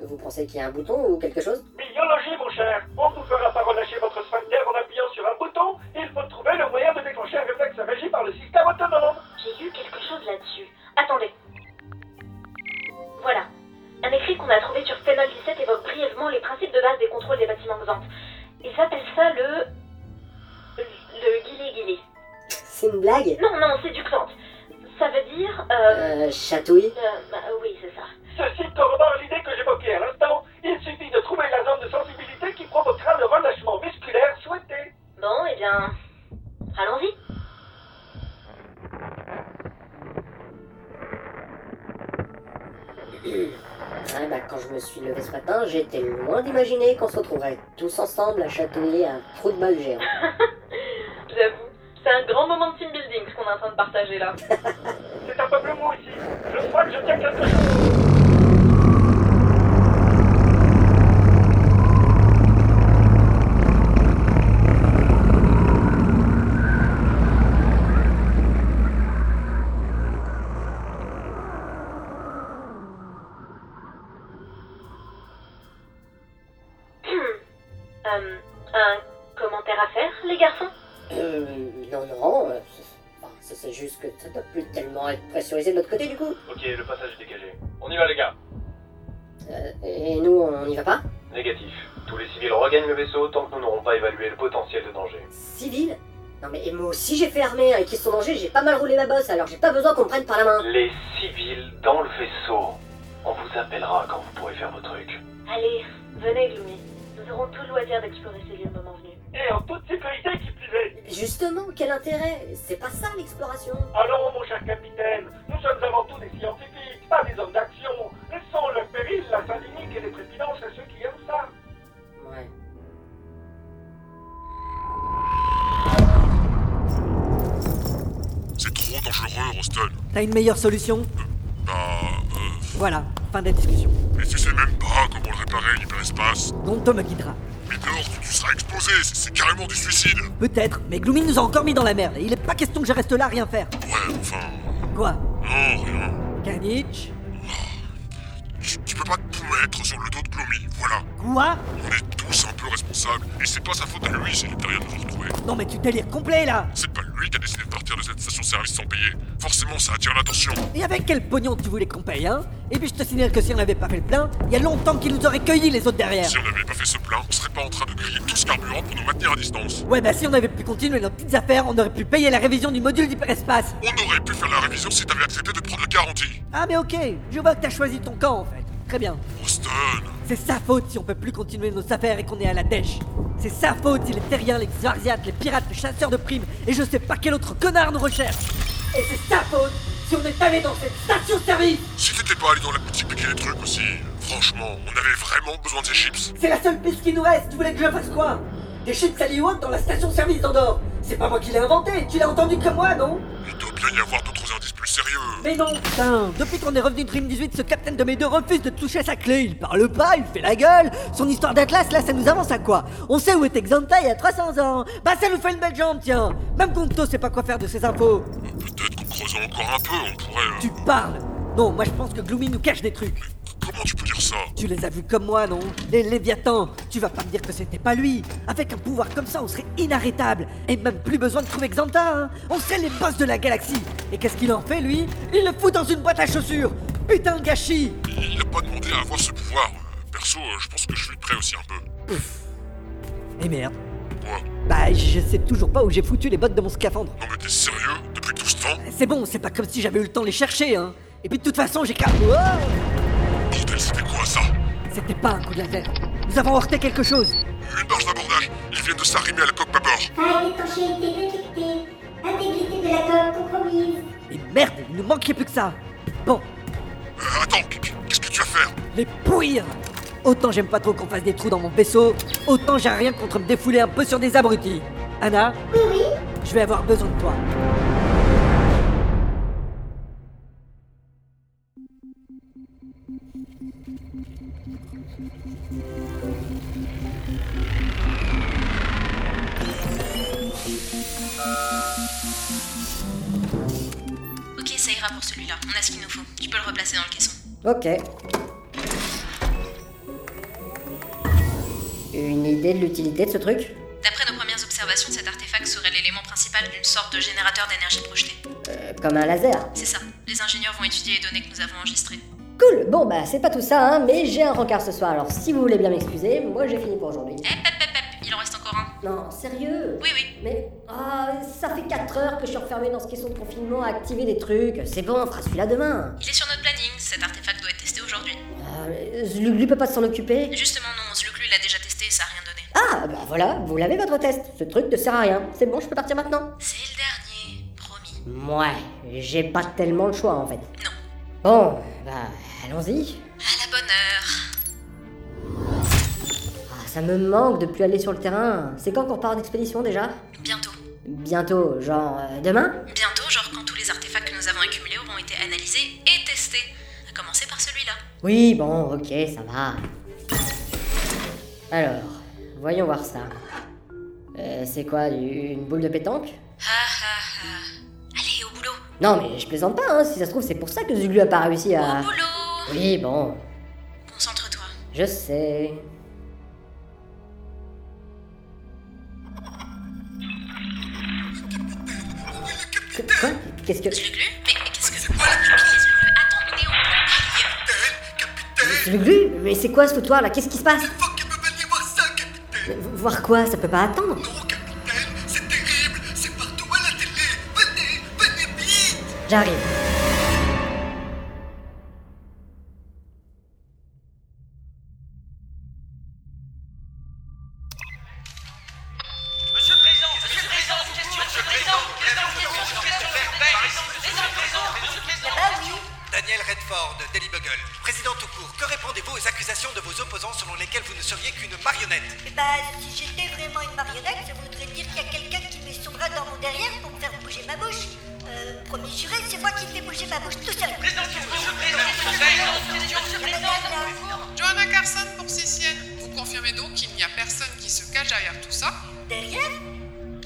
Speaker 4: Vous pensez qu'il y a un bouton ou quelque chose
Speaker 3: Biologie, mon cher. On ne vous fera pas relâcher votre sphincter en appuyant sur un bouton. Il faut trouver le moyen de déclencher un réflexe régi par le système autonome.
Speaker 14: J'ai lu quelque chose là-dessus. Attendez. Voilà. Un écrit qu'on a trouvé sur Phenol 17 évoque brièvement les principes de base des contrôles des bâtiments Xanth. Ils appellent ça le. le guili-guili.
Speaker 4: C'est une blague
Speaker 14: Non, non, c'est du Xanth. Ça veut dire. Euh.
Speaker 4: Euh, chatouille
Speaker 14: euh, bah, oui, c'est ça.
Speaker 3: Ceci corrobore l'idée que j'évoquais à l'instant. Il suffit de trouver la zone de sensibilité qui provoquera le relâchement musculaire souhaité.
Speaker 14: Bon, eh bien. Allons-y.
Speaker 4: Ouais, bah quand je me me suis levé ce matin, j'étais loin d'imaginer qu'on se retrouverait tous ensemble à chatouiller un trou de balle géant.
Speaker 14: J'avoue, c'est un grand moment de team building ce qu'on est en train de partager là.
Speaker 3: C'est un peuple mou ici. Je crois que je tiens quelque chose.
Speaker 14: Euh, un commentaire à faire, les garçons
Speaker 4: Euh, non, non, euh, c'est- bah, c'est c'est juste que ça doit plus tellement être pressurisé de notre côté du coup.
Speaker 19: Ok, le passage est dégagé. On y va, les gars.
Speaker 4: Euh, et nous, on n'y va pas
Speaker 19: Négatif. Tous les civils regagnent le vaisseau tant que nous n'aurons pas évalué le potentiel de danger.
Speaker 4: Civil Non mais et moi aussi j'ai fait armée, hein, et qui sont danger, j'ai pas mal roulé ma bosse, alors j'ai pas besoin qu'on me prenne par la main.
Speaker 19: Les civils dans le vaisseau. On vous appellera quand vous pourrez faire vos trucs.
Speaker 14: Allez, venez, Gloomy. Nous aurons tout le loisir d'explorer ces lieux le moment venu.
Speaker 3: Et en toute sécurité qui plus est.
Speaker 4: Justement, quel intérêt C'est pas ça l'exploration.
Speaker 3: Alors, mon cher capitaine, nous sommes avant tout des scientifiques, pas des hommes d'action. Laissons le péril, la salinique et les présidences à ceux qui aiment ça.
Speaker 4: Ouais.
Speaker 1: C'est trop dangereux, Roston.
Speaker 8: T'as une meilleure solution
Speaker 1: Bah, euh,
Speaker 8: Voilà, fin de la discussion.
Speaker 1: mais tu sais même pas comment le réparer, l'hyperespace.
Speaker 8: Gonto me guidera.
Speaker 1: Mais dehors, tu, tu seras explosé, c'est- c'est carrément du suicide.
Speaker 8: Peut-être, mais Gloomy nous a encore mis dans la merde. Il est pas question que je reste là à rien faire.
Speaker 1: Ouais, enfin, euh,
Speaker 8: Quoi
Speaker 1: non, rien.
Speaker 8: Kanich
Speaker 1: Tu, tu peux pas tout mettre sur le dos de Gloomy, voilà.
Speaker 8: Quoi
Speaker 1: On est tous un peu responsables, et c'est pas sa faute à lui si l'Hyperion nous a retrouvés.
Speaker 8: Non mais tu délires complet là
Speaker 1: C'est pas lui qui a décidé de partir de cette station-service sans payer. Forcément, ça attire l'attention.
Speaker 8: Et avec quel pognon tu voulais qu'on paye, hein Et puis je te signale que si on n'avait pas fait le plein, il y a longtemps qu'ils nous auraient cueillis les autres derrière.
Speaker 1: Si on n'avait pas fait ce plein, on serait pas en train de griller tout ce carburant pour nous maintenir à distance.
Speaker 8: Ouais, bah si on avait pu continuer nos petites affaires, on aurait pu payer la révision du module d'hyperespace.
Speaker 1: On aurait pu faire la révision si t'avais accepté de prendre la garantie.
Speaker 8: Ah mais ok, je vois que t'as choisi ton camp en fait. Très bien.
Speaker 1: Austin
Speaker 8: C'est sa faute si on peut plus continuer nos affaires et qu'on est à la dèche. C'est sa faute si les terriens, les xarziates, les pirates, les chasseurs de primes et je sais pas quel autre connard nous recherche. Et c'est sa faute si on est allé dans cette station-service.
Speaker 1: Si t'étais pas allé dans la boutique piquer les trucs aussi, franchement, on avait vraiment besoin de ces chips.
Speaker 8: C'est la seule piste qui nous reste, tu voulais que je fasse quoi Des chips Aliwok dans la station-service d'Andorre. C'est pas moi qui l'ai inventé, tu l'as entendu que moi, non
Speaker 1: Il doit bien y avoir d'autres indices plus sérieux.
Speaker 8: Mais non, putain Depuis qu'on est revenu de Dream 18, ce capitaine de mes deux refuse de toucher sa clé. Il parle pas, il fait la gueule. Son histoire d'Atlas, là, ça nous avance à quoi On sait où était Xanta il y a 300 ans. Bah, ça nous fait une belle jambe, tiens Même Gonto sait pas quoi faire de ses infos.
Speaker 1: Peut-être qu'en creusant encore un peu, on pourrait... euh,
Speaker 8: Tu parles Non, moi je pense que Gloomy nous cache des trucs.
Speaker 1: Comment tu peux dire ça
Speaker 8: Tu les as vus comme moi, non Les Léviathans Tu vas pas me dire que c'était pas lui Avec un pouvoir comme ça, on serait inarrêtable Et même plus besoin de trouver Xanta, hein On serait les boss de la galaxie Et qu'est-ce qu'il en fait, lui Il le fout dans une boîte à chaussures Putain de gâchis
Speaker 1: Il a pas demandé à avoir ce pouvoir. Euh, Perso, euh, je pense que je lui prêt aussi un peu.
Speaker 8: Et Eh merde
Speaker 1: Quoi
Speaker 8: Bah, je sais toujours pas où j'ai foutu les bottes de mon scaphandre. Euh,
Speaker 1: Non mais t'es sérieux Depuis tout ce temps
Speaker 8: C'est bon, c'est pas comme si j'avais eu le temps de les chercher, hein. Et puis de toute façon, j'ai qu'à. Oh
Speaker 1: Bordel, c'était quoi ça
Speaker 8: C'était pas un coup de la tête. Nous avons heurté quelque chose.
Speaker 1: Une barge d'abordage Ils viennent de s'arrimer à la coque bâbord.
Speaker 9: Ah, l'étanchéité détectée. Intégrité de la coque compromise.
Speaker 8: Et merde, il nous manquait plus que ça. Bon,
Speaker 1: Euh, attends, qu'est-ce que tu vas faire
Speaker 8: les pourrir hein. Autant j'aime pas trop qu'on fasse des trous dans mon vaisseau, autant j'ai rien contre me défouler un peu sur des abrutis. Anna Oui Je vais avoir besoin de toi.
Speaker 5: Ok, ça ira pour celui-là. On a ce qu'il nous faut. Tu peux le replacer dans le caisson.
Speaker 4: Ok. Une idée de l'utilité de ce truc
Speaker 5: D'après nos premières observations, cet artefact serait l'élément principal d'une sorte de générateur d'énergie projeté.
Speaker 4: Euh, Comme un laser.
Speaker 5: C'est ça. Les ingénieurs vont étudier les données que nous avons enregistrées.
Speaker 4: Cool, bon bah c'est pas tout ça, hein, mais j'ai un rencard ce soir, alors si vous voulez bien m'excuser, moi j'ai fini pour
Speaker 5: Eh
Speaker 4: aujourd'hui.
Speaker 5: ben. Il en reste encore un.
Speaker 4: Non, sérieux
Speaker 5: Oui, oui.
Speaker 4: Mais ah, ça fait 4 heures que je suis enfermée dans ce caisson de confinement à activer des trucs, c'est bon, on fera celui-là demain.
Speaker 5: Il est sur notre planning. Cet artefact doit être testé aujourd'hui.
Speaker 4: Euh, Zluglu peut pas s'en occuper
Speaker 5: Justement, non, Zluglu l'a déjà testé et ça a rien donné.
Speaker 4: Ah bah voilà, vous l'avez votre test, ce truc ne sert à rien, c'est bon, je peux partir maintenant
Speaker 5: C'est le dernier.
Speaker 4: Ouais, j'ai pas tellement le choix en fait. Non. Bon, bah allons-y.
Speaker 5: À la bonne heure.
Speaker 4: Ah, ça me manque de plus aller sur le terrain. C'est quand qu'on part d'expédition déjà
Speaker 5: Bientôt.
Speaker 4: Bientôt, genre euh, demain
Speaker 5: Bientôt, genre quand tous les artefacts que nous avons accumulés auront été analysés et testés. À commencer par celui-là.
Speaker 4: Oui, bon, ok, ça va. Alors, voyons voir ça. Euh, c'est quoi, du- une boule de pétanque
Speaker 5: Allez, au boulot
Speaker 4: Non, mais je plaisante pas, hein. Si ça se trouve, c'est pour ça que Zulu a pas réussi à. Oui, bon.
Speaker 5: Concentre-toi.
Speaker 4: Je sais. Qu- Quoi Qu'est-ce que.
Speaker 5: Mais qu'est-ce que... Attends, Néo,
Speaker 4: Zulu Mais c'est quoi ce foutoir là Qu'est-ce qui se passe Mais Voir quoi Ça peut pas attendre J'arrive.
Speaker 9: Monsieur le Président, Monsieur le Président, une question, Monsieur le Président, question, question,
Speaker 2: Daniel Redford, Daily Bugle. Président tout court, que répondez-vous aux accusations de vos opposants selon lesquelles vous ne seriez qu'une marionnette
Speaker 20: Eh ben, si j'étais vraiment une marionnette, ça voudrait dire qu'il y a quelqu'un qui me sauvera dans mon derrière pour me faire bouger ma bouche. Euh, premier juré, c'est moi qui fais bouger ma bouche tout seul.
Speaker 3: Johanna Carson pour Cécienne. Vous confirmez donc qu'il n'y a personne qui se cache derrière tout ça
Speaker 20: Derrière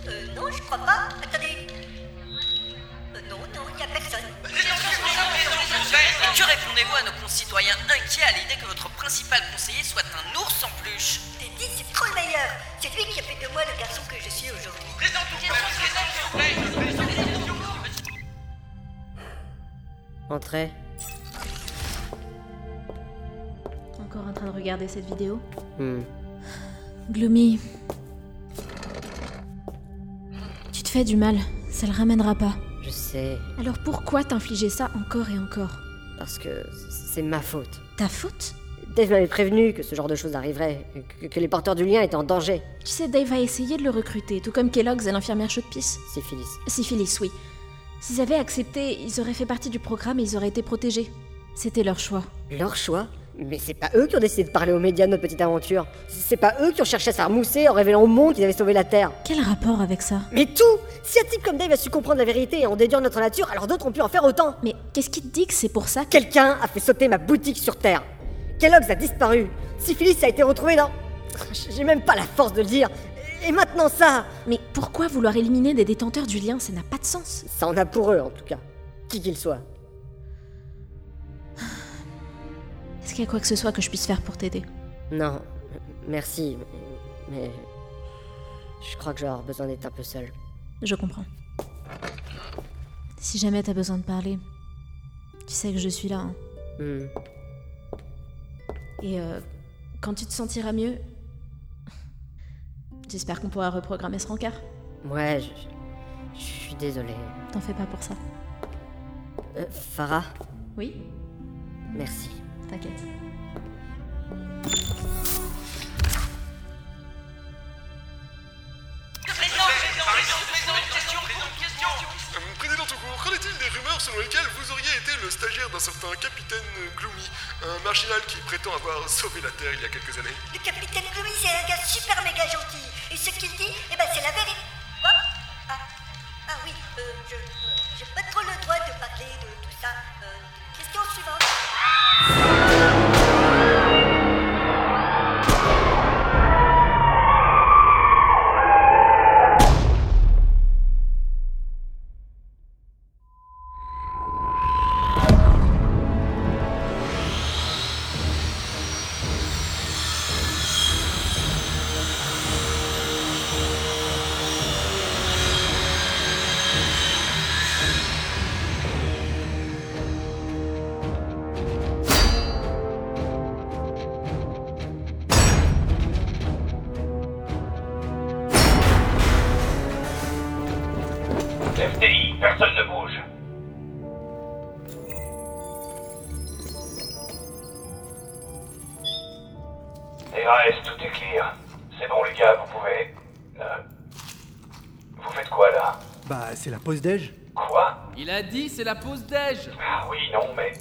Speaker 20: Euh, non, je crois pas. Attendez. Euh, non, non, il n'y a personne.
Speaker 8: Eh, Et que répondez-vous à nos concitoyens inquiets à l'idée que votre principal conseiller soit un ours en peluche
Speaker 20: Teddy, c'est trop le meilleur. C'est lui qui a fait de moi le garçon que je suis aujourd'hui.
Speaker 4: Entrez.
Speaker 5: Encore en train de regarder cette vidéo
Speaker 4: Hmm.
Speaker 5: Gloomy. Tu te fais du mal, ça le ramènera pas.
Speaker 4: Je sais,
Speaker 5: Alors pourquoi t'infliger ça encore et encore
Speaker 4: parce que c'est ma faute.
Speaker 5: Ta faute
Speaker 4: Dave m'avait prévenu que ce genre de choses arriverait, que, que les porteurs du lien étaient en danger.
Speaker 5: Tu sais, Dave a essayé de le recruter, tout comme Kellogg's et l'infirmière Chaude-Pisse.
Speaker 4: Syphilis.
Speaker 5: Syphilis, oui. S'ils avaient accepté, ils auraient fait partie du programme et ils auraient été protégés. C'était leur choix.
Speaker 4: Leur choix Mais c'est pas eux qui ont décidé de parler aux médias de notre petite aventure. C'est pas eux qui ont cherché à se faire mousser en révélant au monde qu'ils avaient sauvé la Terre.
Speaker 5: Quel rapport avec ça
Speaker 4: Mais tout Si un type comme Dave a su comprendre la vérité et en déduire notre nature, alors d'autres ont pu en faire autant
Speaker 5: Mais qu'est-ce qui te dit que c'est pour ça que...
Speaker 4: Quelqu'un a fait sauter ma boutique sur Terre Kellogg's a disparu Syphilis a été retrouvé dans... J'ai même pas la force de le dire Et maintenant ça
Speaker 5: Mais pourquoi vouloir éliminer des détenteurs du lien Ça n'a pas de sens.
Speaker 4: Ça en a pour eux en tout cas, qui qu'ils soient.
Speaker 5: Est-ce qu'il y a quoi que ce soit que je puisse faire pour t'aider
Speaker 4: Non, merci, mais... Je crois que j'aurai besoin d'être un peu seul.
Speaker 5: Je comprends. Si jamais t'as besoin de parler, tu sais que je suis là. hein.
Speaker 4: Hmm.
Speaker 5: Et euh, quand tu te sentiras mieux, j'espère qu'on pourra reprogrammer ce rencard.
Speaker 4: Ouais, je... Je suis désolé.
Speaker 5: T'en fais pas pour ça.
Speaker 4: Euh, Farah
Speaker 5: Oui
Speaker 4: Merci.
Speaker 5: T'inquiète.
Speaker 1: Euh, Président Togo, qu'en est-il des rumeurs selon lesquelles vous auriez été le stagiaire d'un certain capitaine Gloomy, un marginal qui prétend avoir sauvé la Terre il y a quelques années
Speaker 20: Le capitaine Gloomy, c'est un gars super méga gentil. Et ce qu'il dit, eh ben, c'est la vérité. Quoi ah, ah oui, euh, je euh, j'ai pas trop le droit de parler de tout ça. Euh, question suivante.
Speaker 21: FDI, personne ne bouge.
Speaker 1: DRS, tout est clear. C'est bon les gars, vous pouvez...
Speaker 19: euh,
Speaker 1: Vous faites quoi là
Speaker 7: Bah, c'est la pause déj.
Speaker 1: Quoi
Speaker 22: Il a dit c'est la pause déj
Speaker 1: Ah oui, non, mais...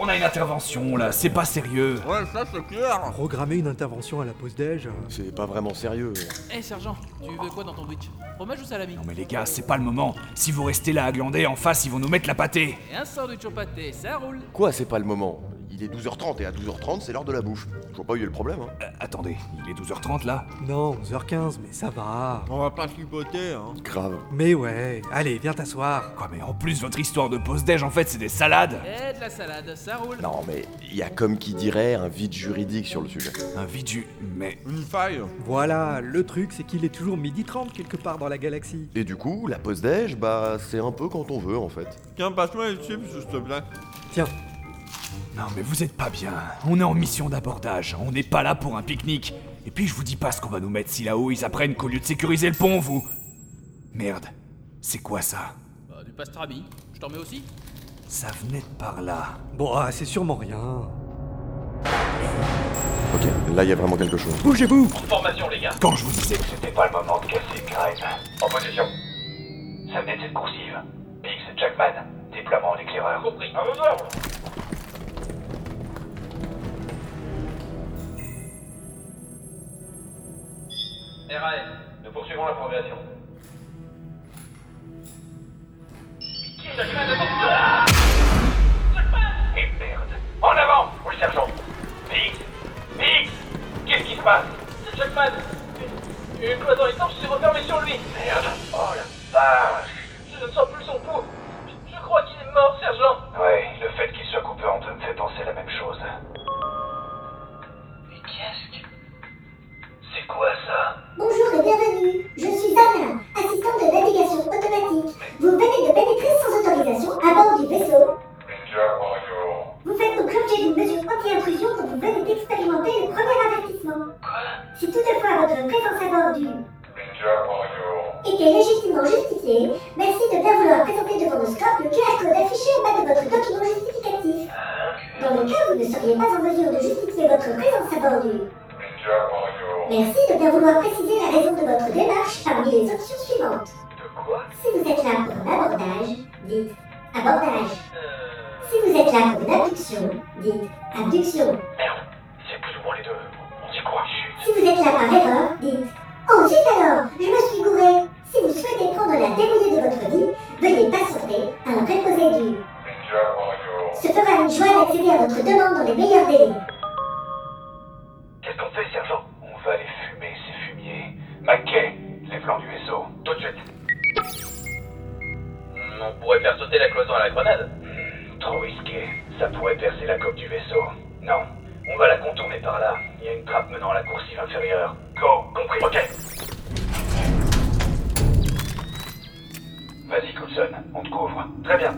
Speaker 2: On a une intervention là, c'est pas sérieux.
Speaker 23: Ouais, ça c'est clair.
Speaker 6: Programmer une intervention à la pause déj. euh.
Speaker 2: C'est pas vraiment sérieux.
Speaker 24: Eh sergent, tu veux quoi dans ton bridge Fromage ou salami
Speaker 2: Non mais les gars, c'est pas le moment. Si vous restez là à glander, en face ils vont nous mettre la pâtée.
Speaker 24: Et un sandwich au pâté, ça roule
Speaker 2: Quoi, c'est pas le moment Il est 12h30 et à 12h30 c'est l'heure de la bouffe. Je vois pas où est le problème. hein. Euh, attendez, il est 12h30 là
Speaker 6: Non, 11h15, mais ça va.
Speaker 23: On va pas chipoter, hein.
Speaker 2: Grave.
Speaker 6: Mais ouais, allez, viens t'asseoir.
Speaker 2: Quoi mais en plus votre histoire de pause déj en fait c'est des salades.
Speaker 24: Eh de la salade, ça roule
Speaker 2: Non mais il y a comme qui dirait un vide juridique sur le sujet. Un vide ju... mais...
Speaker 23: Une faille.
Speaker 6: Voilà, le truc c'est qu'il est toujours midi 30 quelque part dans la galaxie.
Speaker 2: Et du coup, la pause déj, bah c'est un peu quand on veut en fait.
Speaker 23: Tiens, passe-moi les chips, s'il te plaît.
Speaker 6: Tiens.
Speaker 2: Non mais vous êtes pas bien. On est en mission d'abordage, on n'est pas là pour un pique-nique. Et puis je vous dis pas ce qu'on va nous mettre si là-haut ils apprennent qu'au lieu de sécuriser le pont, vous... Merde, c'est quoi ça
Speaker 24: Bah, Du pastrami, je t'en mets aussi
Speaker 2: Ça venait de par là.
Speaker 6: Bon, ah, c'est sûrement rien.
Speaker 2: Ok, là il y a vraiment quelque chose.
Speaker 6: Bougez-vous
Speaker 17: Formation, les gars.
Speaker 2: Quand je vous disais que
Speaker 17: C'était pas le moment de casser une crêpe. En position. Ça venait de cette coursive. Biggs, Jackman, déploiement en éclaireur. Compris. À vos ordres. RAF, nous poursuivons la progression. Jackman, à vos- Et Eh merde. En avant, oui, sergent. Biggs, Biggs, qu'est-ce qui se passe Jackman, une cloison étanche s'est refermée sur lui. Merde. Oh la vache. Je ne sens plus son pouls. Je, je crois qu'il est mort, sergent. Oui, le fait qu'il soit coupé en deux me fait penser la même chose. Mais qu'est-ce que... C'est quoi ça
Speaker 9: Bonjour et bienvenue. Je suis Anna, assistante de navigation automatique. Vous venez de pénétrer sans autorisation à bord du vaisseau. Vous faites donc l'objet d'une mesure anti-intrusion dont vous venez d'expérimenter le premier avertissement. Si toutefois votre présence à bord du était légitimement justifiée, merci de bien vouloir présenter devant nos scopes le QR code affiché au bas de votre document justificatif. Dans le cas où vous ne seriez pas en mesure de justifier votre présence à bord du Merci de bien vouloir préciser la raison de votre démarche parmi les options suivantes. Si vous êtes là pour un abordage, dites abordage.
Speaker 17: Euh.
Speaker 9: Si vous êtes là pour une abduction, dites abduction.
Speaker 17: C'est plus ou moins les deux. On dit quoi
Speaker 9: Si vous êtes là par erreur, dites Oh zut alors, je me suis gouré. Si vous souhaitez prendre la déroulée de votre vie, veuillez patienter à un préposé du. Se fera une joie d'accéder à votre demande dans les meilleurs délais.
Speaker 17: Qu'est-ce qu'on fait, sergent On va les fumer, ces fumiers. Mackay, les flancs du vaisseau. Tout de suite. Hmm, On pourrait faire sauter la cloison à la grenade. Hmm, Trop risqué. Ça pourrait percer la coque du vaisseau. Non. On va la contourner par là. Il y a une trappe menant à la coursive inférieure. Go, compris. Ok. Vas-y, Coulson, on te couvre. Très bien.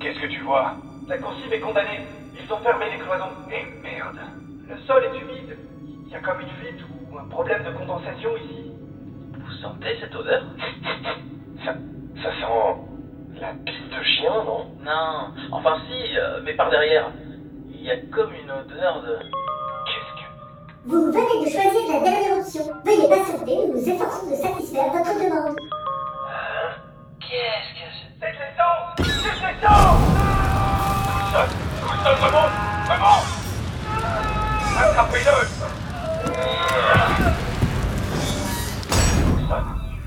Speaker 17: Qu'est-ce que tu vois La coursive est condamnée. Ils ont fermé les cloisons. Et merde. Le sol est humide. Il y a comme une fuite ou un problème de condensation ici. Vous sentez cette odeur ça, ça sent la pisse de chien, non Non. Enfin si, euh, mais par derrière. Il y a comme une odeur de...
Speaker 9: Vous venez de choisir la dernière option. Veuillez patienter, nous nous efforçons de satisfaire votre demande.
Speaker 17: Qu'est-ce que c'est C'est de l'essence C'est de l'essence Coulson Coulson, remonte Remonte Attrapez-le Coulson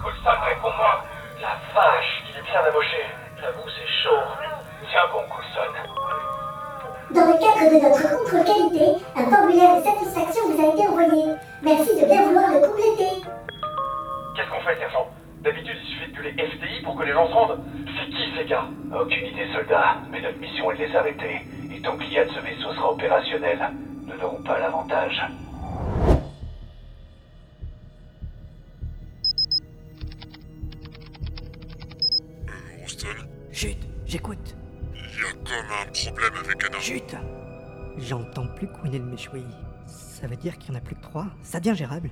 Speaker 17: Coulson, réponds-moi La vache, il est bien amoché J'avoue, c'est chaud Tiens bon, Coulson
Speaker 9: Dans le cadre de notre contrôle qualité, un formulaire de satisfaction vous a été envoyé. Merci de bien vouloir le compléter.
Speaker 17: Qu'est-ce qu'on fait, sergent D'habitude, il suffit de gueuler FTI pour que les gens se rendent. C'est qui ces gars Aucune idée, soldat, mais notre mission est de les arrêter. Et tant que l'IA de ce vaisseau sera opérationnelle, nous n'aurons pas l'avantage.
Speaker 8: Chut, j'écoute.
Speaker 1: Il y a comme un problème avec Anna.
Speaker 8: Chut J'entends plus couiner le méchoui. Ça veut dire qu'il n'y en a plus que trois Ça devient gérable.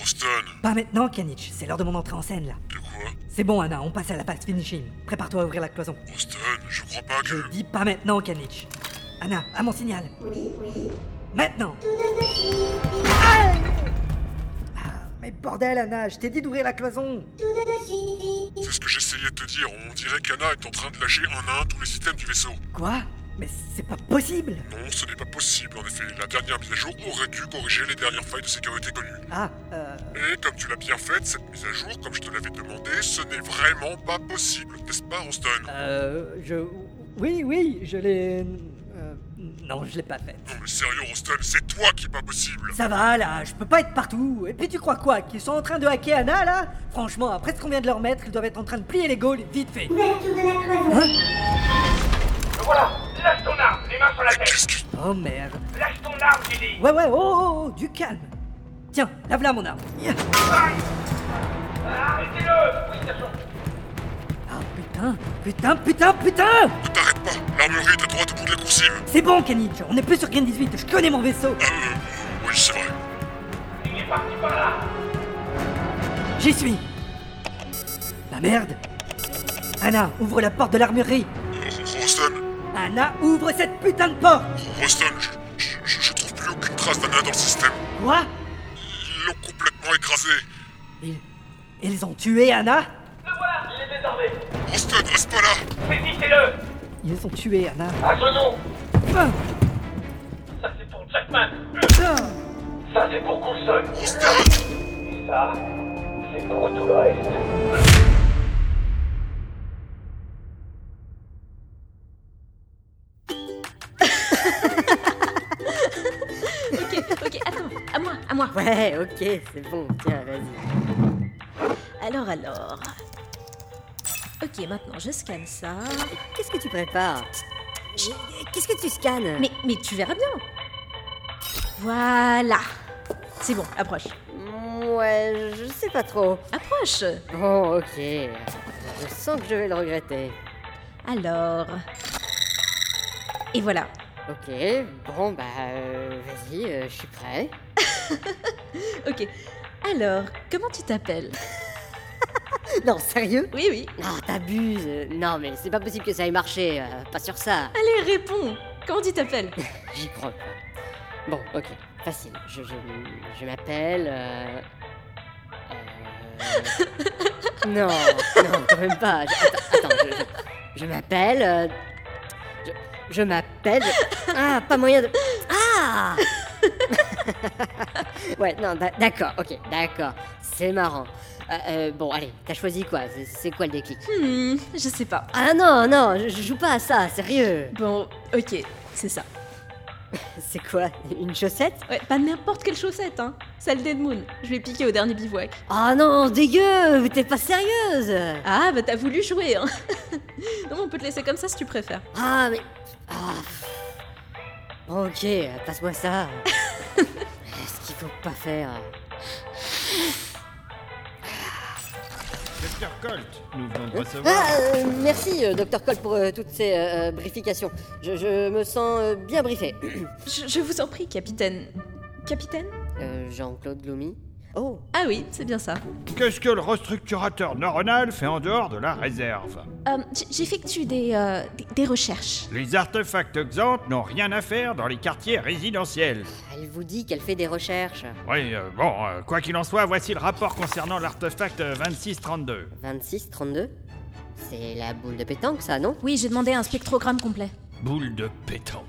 Speaker 1: Roston,
Speaker 8: Pas maintenant, Kanich, c'est l'heure de mon entrée en scène là. De
Speaker 1: quoi
Speaker 8: C'est bon, Anna, on passe à la passe finishing. Prépare-toi à ouvrir la cloison.
Speaker 1: Roston, je crois pas que.
Speaker 8: Dis pas maintenant, Kanich. Anna, à mon signal.
Speaker 9: Oui, oui.
Speaker 8: Maintenant
Speaker 9: Tout de suite.
Speaker 8: Aïe Ah, Mais bordel, Anna, je t'ai dit d'ouvrir la cloison
Speaker 9: C'est
Speaker 19: ce que j'essayais de te dire, on dirait qu'Anna est en train de lâcher un à un tous les systèmes du vaisseau.
Speaker 8: Quoi Mais c'est pas possible
Speaker 19: Non, ce n'est pas possible, en effet. La dernière mise à jour aurait dû corriger les dernières failles de sécurité connues.
Speaker 8: Ah, euh...
Speaker 19: Et comme tu l'as bien faite, cette mise à jour, comme je te l'avais demandé, ce n'est vraiment pas possible, n'est-ce pas, Ronston
Speaker 8: Euh... Je... Oui, oui, je l'ai... euh, Non, je l'ai pas faite.
Speaker 19: Non, mais sérieux, Ronston, c'est toi qui est pas possible
Speaker 8: Ça va, là, je peux pas être partout. Et puis tu crois quoi Qu'ils sont en train de hacker Anna, là Franchement, après ce qu'on vient de leur mettre, ils doivent être en train de plier les gaules vite fait.
Speaker 3: Voilà, lâche ton arme, les mains sur la tête.
Speaker 8: Oh merde.
Speaker 3: Lâche ton arme, j'ai dit.
Speaker 8: Ouais, ouais, oh, oh, oh, du calme. Tiens, la voilà mon arme. Yeah.
Speaker 3: Arrêtez-le Oui, sergent.
Speaker 8: Ah putain, putain, putain, putain
Speaker 19: T'arrête pas L'armurerie est à droite au bout de la coursive Euh,
Speaker 8: C'est bon, Kanich, on est plus sur Ken 18, je connais mon vaisseau.
Speaker 19: Oui, c'est vrai.
Speaker 3: Il est parti par là.
Speaker 8: J'y suis. La merde. Anna, ouvre la porte de l'armurerie.
Speaker 19: Roston,
Speaker 8: Anna, ouvre cette putain de porte.
Speaker 19: Roston, je, je- je- je trouve plus aucune trace d'Anna dans le système.
Speaker 8: Quoi
Speaker 19: Ils l'ont complètement écrasée.
Speaker 8: Ils ont tué Anna
Speaker 3: Il est désarmé.
Speaker 19: Roston, reste pas là
Speaker 3: Saisissez-le
Speaker 8: Ils ont tué Anna.
Speaker 3: À genoux
Speaker 8: Ah,
Speaker 3: Ça, c'est pour Jackman
Speaker 8: putain.
Speaker 3: Ça, c'est pour Coulson Et ça, c'est pour tout le reste
Speaker 5: Ok, ok, attends, à moi, à moi.
Speaker 4: Ouais, ok, c'est bon, tiens, vas-y.
Speaker 5: Alors, alors. Ok, maintenant je scanne ça.
Speaker 4: Qu'est-ce que tu prépares Qu'est-ce que tu scannes
Speaker 5: Mais, mais tu verras bien. Voilà. C'est bon, approche.
Speaker 4: Ouais, je sais pas trop.
Speaker 5: Approche.
Speaker 4: Bon, ok. Je sens que je vais le regretter.
Speaker 5: Alors. Et voilà.
Speaker 4: Ok, bon, bah, euh, vas-y, euh, je suis prêt.
Speaker 5: Ok. Alors, comment tu t'appelles
Speaker 4: Non, sérieux
Speaker 5: Oui, oui.
Speaker 4: Non, t'abuses. euh, Non, mais c'est pas possible que ça ait marché. euh, pas sur ça.
Speaker 5: Allez, réponds. Comment tu t'appelles
Speaker 4: J'y crois pas. Bon, ok, facile. Je, je, je m'appelle. euh, euh, Non, non, quand même pas. Je- Attends, attends, je, je- je m'appelle. euh, Je, je m'appelle. Ah, pas moyen de. Ah Ouais, non, d'a- d'accord, ok, d'accord. C'est marrant. Euh, euh, bon, allez, t'as choisi quoi C'est- C'est quoi le déclic
Speaker 5: Hmm, je sais pas.
Speaker 4: Ah non, non, je, je joue pas à ça, sérieux.
Speaker 5: Bon, ok, c'est ça.
Speaker 4: C'est quoi Une chaussette
Speaker 5: Ouais, pas n'importe quelle chaussette, hein. Celle d'Edmund. Je vais piquer au dernier bivouac.
Speaker 4: Ah non, dégueu, t'es pas sérieuse
Speaker 5: Ah, bah t'as voulu jouer, hein. non, on peut te laisser comme ça si tu préfères.
Speaker 4: Ah mais... Ah. Bon, ok, passe-moi ça. Ce qu'il faut pas faire.
Speaker 12: Docteur Colt, nous venons de
Speaker 4: Ah,
Speaker 12: recevoir.
Speaker 4: euh, merci, euh, Dr Cole, pour euh, toutes ces euh, euh, briefications. Je, je me sens euh, bien briefé.
Speaker 5: Je, je vous en prie, capitaine. Capitaine
Speaker 4: Euh, Jean-Claude Gloomy Oh
Speaker 5: Ah oui, c'est bien ça.
Speaker 12: Qu'est-ce que le restructurateur neuronal fait en dehors de la réserve
Speaker 5: Euh, j- J'effectue des, euh, des, des recherches.
Speaker 12: Les artefacts exempts n'ont rien à faire dans les quartiers résidentiels.
Speaker 4: Elle vous dit qu'elle fait des recherches.
Speaker 12: Oui, euh, bon, euh, quoi qu'il en soit, voici le rapport concernant l'artefact euh, 2632.
Speaker 4: 26, 32 C'est la boule de pétanque, ça, non
Speaker 5: Oui, j'ai demandé un spectrogramme complet.
Speaker 12: Boule de pétanque.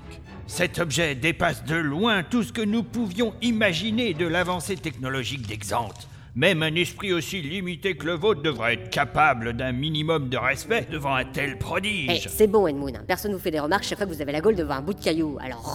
Speaker 12: Cet objet dépasse de loin tout ce que nous pouvions imaginer de l'avancée technologique d'Exante. Même un esprit aussi limité que le vôtre devrait être capable d'un minimum de respect devant un tel
Speaker 4: Eh,
Speaker 12: prodige.
Speaker 4: c'est bon, Edmund. hein. Personne vous fait des remarques chaque fois que vous avez la gaule devant un bout de caillou. Alors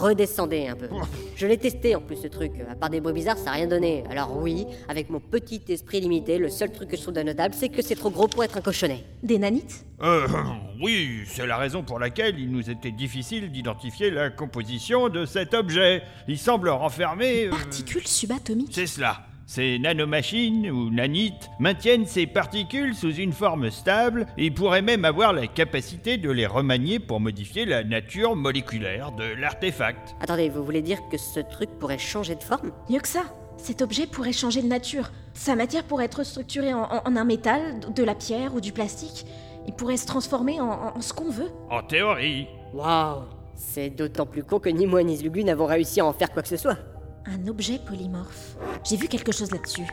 Speaker 4: redescendez un peu. Je l'ai testé en plus ce truc. À part des bruits bizarres, ça a rien donné. Alors oui, avec mon petit esprit limité, le seul truc que je trouve notable, c'est que c'est trop gros pour être un cochonnet.
Speaker 5: Des nanites
Speaker 12: Euh, oui, c'est la raison pour laquelle il nous était difficile d'identifier la composition de cet objet. Il semble renfermer... euh,
Speaker 5: Particules subatomiques
Speaker 12: C'est cela. Ces nanomachines ou nanites maintiennent ces particules sous une forme stable et pourraient même avoir la capacité de les remanier pour modifier la nature moléculaire de l'artefact.
Speaker 4: Attendez, vous voulez dire que ce truc pourrait changer de forme
Speaker 5: Mieux que ça, cet objet pourrait changer de nature. Sa matière pourrait être structurée en, en- en un métal, de- de la pierre ou du plastique. Il pourrait se transformer en, en- en ce qu'on veut.
Speaker 12: En théorie,
Speaker 4: Waouh C'est d'autant plus con que ni moi ni Zlugu n'avons réussi à en faire quoi que ce soit.
Speaker 5: Un objet polymorphe. J'ai vu quelque chose là-dessus.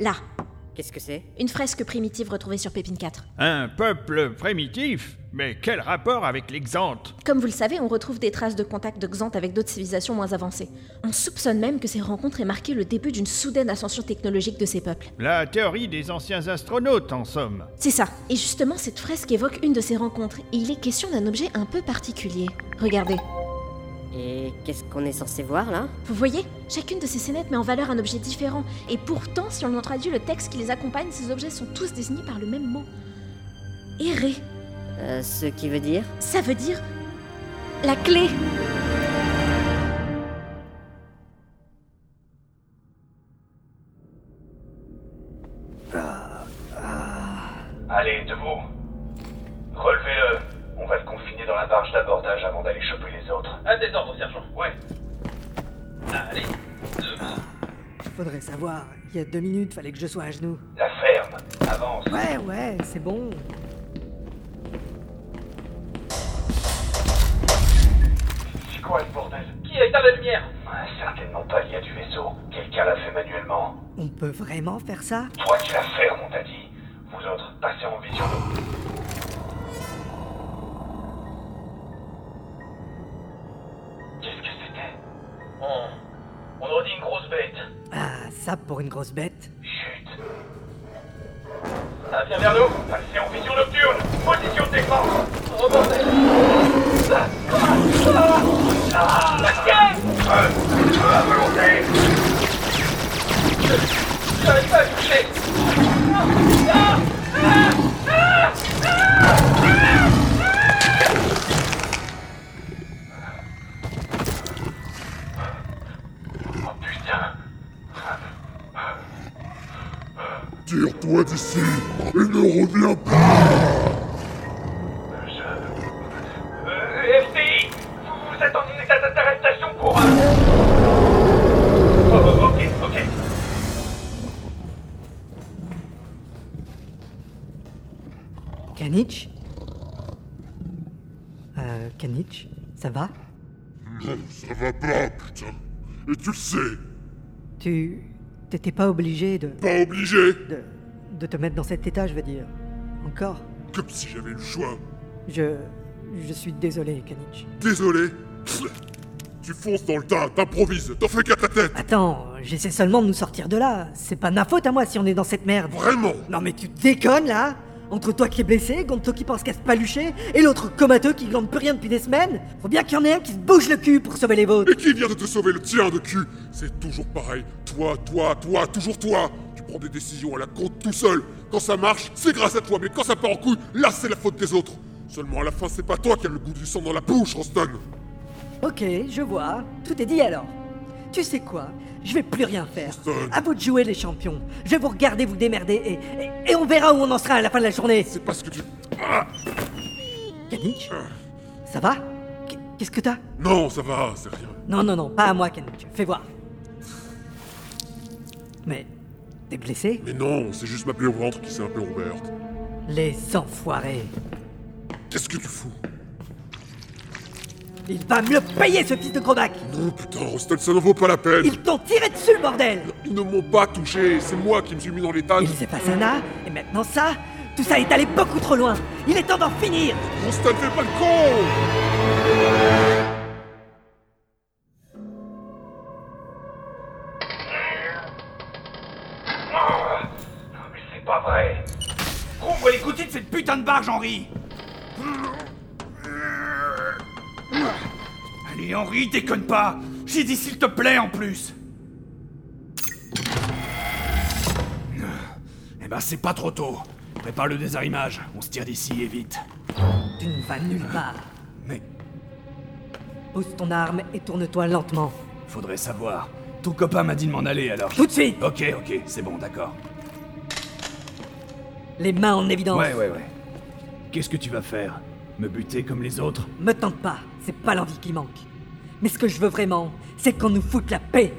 Speaker 5: Là,
Speaker 4: Qu'est-ce que c'est
Speaker 5: une fresque primitive retrouvée sur Pépine 4.
Speaker 12: Un peuple primitif Mais quel rapport avec les Xantes
Speaker 5: Comme vous le savez, on retrouve des traces de contacts de Xanth avec d'autres civilisations moins avancées. On soupçonne même que ces rencontres aient marqué le début d'une soudaine ascension technologique de ces peuples.
Speaker 12: La théorie des anciens astronautes, en somme.
Speaker 5: C'est ça. Et justement, cette fresque évoque une de ces rencontres, et il est question d'un objet un peu particulier. Regardez.
Speaker 4: Et qu'est-ce qu'on est censé voir là
Speaker 5: Vous voyez Chacune de ces scénettes met en valeur un objet différent, et pourtant, si on en traduit le texte qui les accompagne, ces objets sont tous désignés par le même mot. Errer.
Speaker 4: Euh, Ce qui veut dire
Speaker 5: Ça veut dire la clé.
Speaker 17: Allez, debout. Relevez-le. On va se confiner dans la barge d'abordage avant d'aller choper les autres. À tes ordres, sergent. Ouais. Allez.
Speaker 8: Faudrait savoir, il y a deux minutes, fallait que je sois à genoux.
Speaker 17: La ferme. Avance.
Speaker 8: Ouais, ouais, c'est bon.
Speaker 17: C'est quoi ce bordel Qui a éteint la lumière Certainement pas lié à du vaisseau. Quelqu'un l'a fait manuellement.
Speaker 8: On peut vraiment faire ça
Speaker 17: Toi qui la ferme, on t'a dit. Vous autres, passez en vision Qu'est-ce que c'était On aurait dit une grosse bête.
Speaker 8: Ah, ça pour une grosse bête.
Speaker 17: Ah, viens vers nous Passez en vision nocturne Position de défense Oh bordel Ah, ah, ah, La tienne Euh, à volonté J'arrive pas à toucher Ah, ah, ah, ah, ah
Speaker 1: Tire-toi d'ici et ne reviens pas
Speaker 17: Euh, FTI Vous êtes en état d- d'arrestation pour... euh, Oh, oh, ok, ok.
Speaker 8: Kanich Euh, Kanich, ça va
Speaker 1: Ça va pas, putain. Et tu le sais,
Speaker 8: Tu. T'étais pas obligé de.
Speaker 1: Pas obligé
Speaker 8: de, de te mettre dans cet état, je veux dire. Encore
Speaker 1: comme si j'avais le choix.
Speaker 8: Je. Je suis désolé, Kanich.
Speaker 1: Désolé. Tu fonces dans le tas, t'improvises, t'en fais qu'à ta tête.
Speaker 8: Attends, j'essaie seulement de nous sortir de là. C'est pas de ma faute à moi si on est dans cette merde.
Speaker 1: Vraiment
Speaker 8: Non mais tu déconnes là Entre toi qui est blessé, Gonto qui pense qu'à se palucher, et l'autre comateux qui glande plus rien depuis des semaines, faut bien qu'il y en ait un qui se bouge le cul pour sauver les vôtres.
Speaker 1: Et qui vient de te sauver le tien de cul C'est toujours pareil. Toi, toi, toi, toujours toi. Tu prends des décisions à la compte tout seul. Quand ça marche, c'est grâce à toi, mais quand ça part en couille, là c'est la faute des autres. Seulement à la fin, c'est pas toi qui as le goût du sang dans la bouche, Roston.
Speaker 8: Ok, je vois. Tout est dit alors. Tu sais quoi Je vais plus rien faire. À vous de jouer les champions. Je vais vous regarder vous démerder et, et, et on verra où on en sera à la fin de la journée. C'est
Speaker 1: parce que tu.
Speaker 8: Kanich Ça va Qu- Qu'est-ce que t'as
Speaker 1: Ah. Non, ça va, c'est rien.
Speaker 8: Non, non, non, pas à moi, Kanich. Fais voir. Mais. T'es blessé
Speaker 1: Mais non, c'est juste ma plaie au ventre qui s'est un peu ouverte.
Speaker 8: Les enfoirés.
Speaker 1: Qu'est-ce que tu fous
Speaker 8: Il va me le payer, ce fils de gros bac
Speaker 1: Non, Oh, putain, Roston, ça n'en vaut pas la peine.
Speaker 8: Ils t'ont tiré dessus, bordel
Speaker 1: Ils ne m'ont pas touché, c'est moi qui me suis mis dans l'état. Il
Speaker 8: s'est passé Sana, et maintenant ça Tout ça est allé beaucoup trop loin. Il est temps d'en finir
Speaker 1: Roston, fais pas le con
Speaker 17: C'est pas vrai.
Speaker 10: Ouvre les côtés de cette putain de barge, Henri Allez, Henri, déconne pas J'ai dit s'il te plaît en plus
Speaker 2: Eh ben, c'est pas trop tôt. Prépare le désarrimage. On se tire d'ici et vite.
Speaker 8: Tu ne vas nulle part. Pose ton arme et tourne-toi lentement.
Speaker 2: Faudrait savoir. Ton copain m'a dit de m'en aller alors.
Speaker 8: Tout de suite
Speaker 2: Ok, ok, c'est bon, d'accord.
Speaker 8: Les mains en évidence.
Speaker 2: Ouais, ouais, ouais. Qu'est-ce que tu vas faire Me buter comme les autres
Speaker 8: Me tente pas, c'est pas l'envie qui manque. Mais ce que je veux vraiment, c'est qu'on nous foute la paix.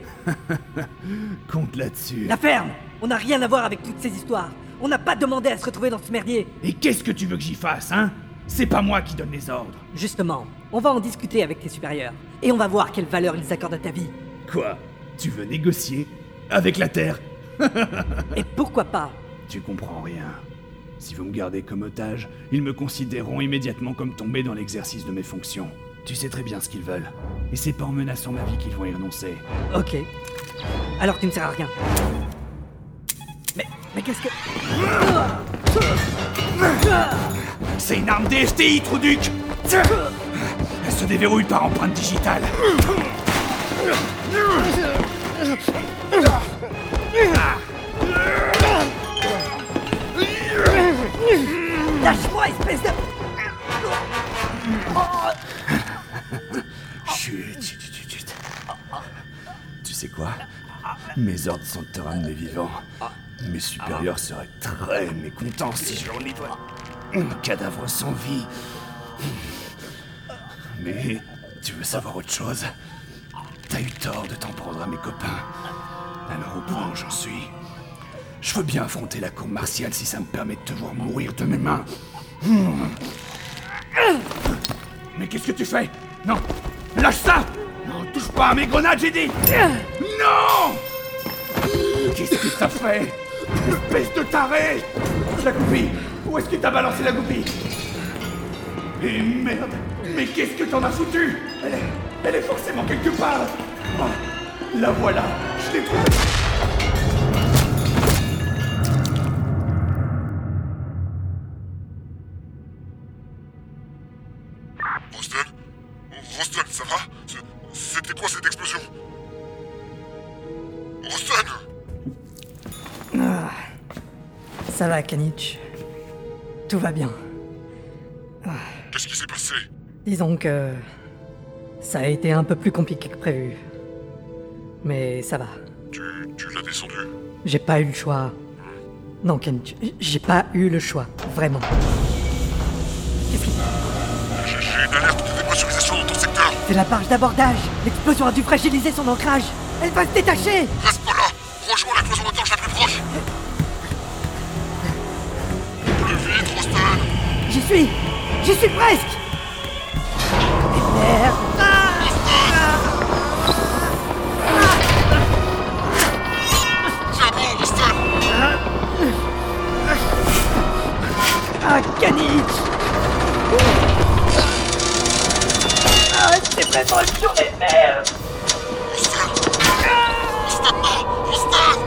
Speaker 2: Compte là-dessus.
Speaker 8: La ferme On n'a rien à voir avec toutes ces histoires. On n'a pas demandé à se retrouver dans ce merdier.
Speaker 10: Et qu'est-ce que tu veux que j'y fasse, hein C'est pas moi qui donne les ordres.
Speaker 8: Justement, on va en discuter avec tes supérieurs. Et on va voir quelle valeur ils accordent à ta vie.
Speaker 2: Quoi Tu veux négocier Avec la Terre
Speaker 8: Et pourquoi pas
Speaker 17: Tu comprends rien. Si vous me gardez comme otage, ils me considéreront immédiatement comme tombé dans l'exercice de mes fonctions. Tu sais très bien ce qu'ils veulent. Et c'est pas en menaçant ma vie qu'ils vont y renoncer.
Speaker 8: Ok. Alors tu ne sers à rien. Mais, mais qu'est-ce que...
Speaker 17: C'est une arme DSTI, Trouduc Elle se déverrouille par empreinte digitale.
Speaker 8: Lâche-moi, espèce de... Oh,
Speaker 17: Ah. Chut, chut, chut, chut. Tu sais quoi Mes ordres sont de te ramener vivant. Mes supérieurs seraient très mécontents si je renivre un cadavre sans vie. Mais tu veux savoir autre chose T'as eu tort de t'en prendre à mes copains. Alors au point où j'en suis, je veux bien affronter la cour martiale si ça me permet de te voir mourir de mes mains. Hmm. Mais qu'est-ce que tu fais Non Lâche ça Non, touche pas à mes grenades, j'ai dit Non Qu'est-ce que t'as fait Espèce de taré La goupille Où est-ce que t'as balancé la goupille Et merde Mais qu'est-ce que t'en as foutu elle est, elle est forcément quelque part Oh, La voilà Je l'ai trouvée
Speaker 1: Roston Roston, ça va Ce- C'était quoi cette explosion Roston
Speaker 8: Ah. Ça va, Kanich. Tout va bien. Ah.
Speaker 1: Qu'est-ce qui s'est passé
Speaker 8: Disons que. Ça a été un peu plus compliqué que prévu. Mais ça va.
Speaker 1: Tu, tu l'as descendu
Speaker 8: J'ai pas eu le choix. Non, Kanich, j'ai pas eu le choix. Vraiment.
Speaker 1: J'ai j'ai une alerte de dépressurisation dans ton secteur
Speaker 8: C'est la barge d'abordage L'explosion a dû fragiliser son ancrage Elle va se détacher
Speaker 1: Reste pas là Rejoins la cloison de torche la plus proche Plus vite, Roston
Speaker 8: J'y suis J'y suis presque Et merde
Speaker 1: Tiens bon, Roston
Speaker 8: Ah, Kanich Ah, c'est vraiment une journée de merde
Speaker 1: Roston, non Roston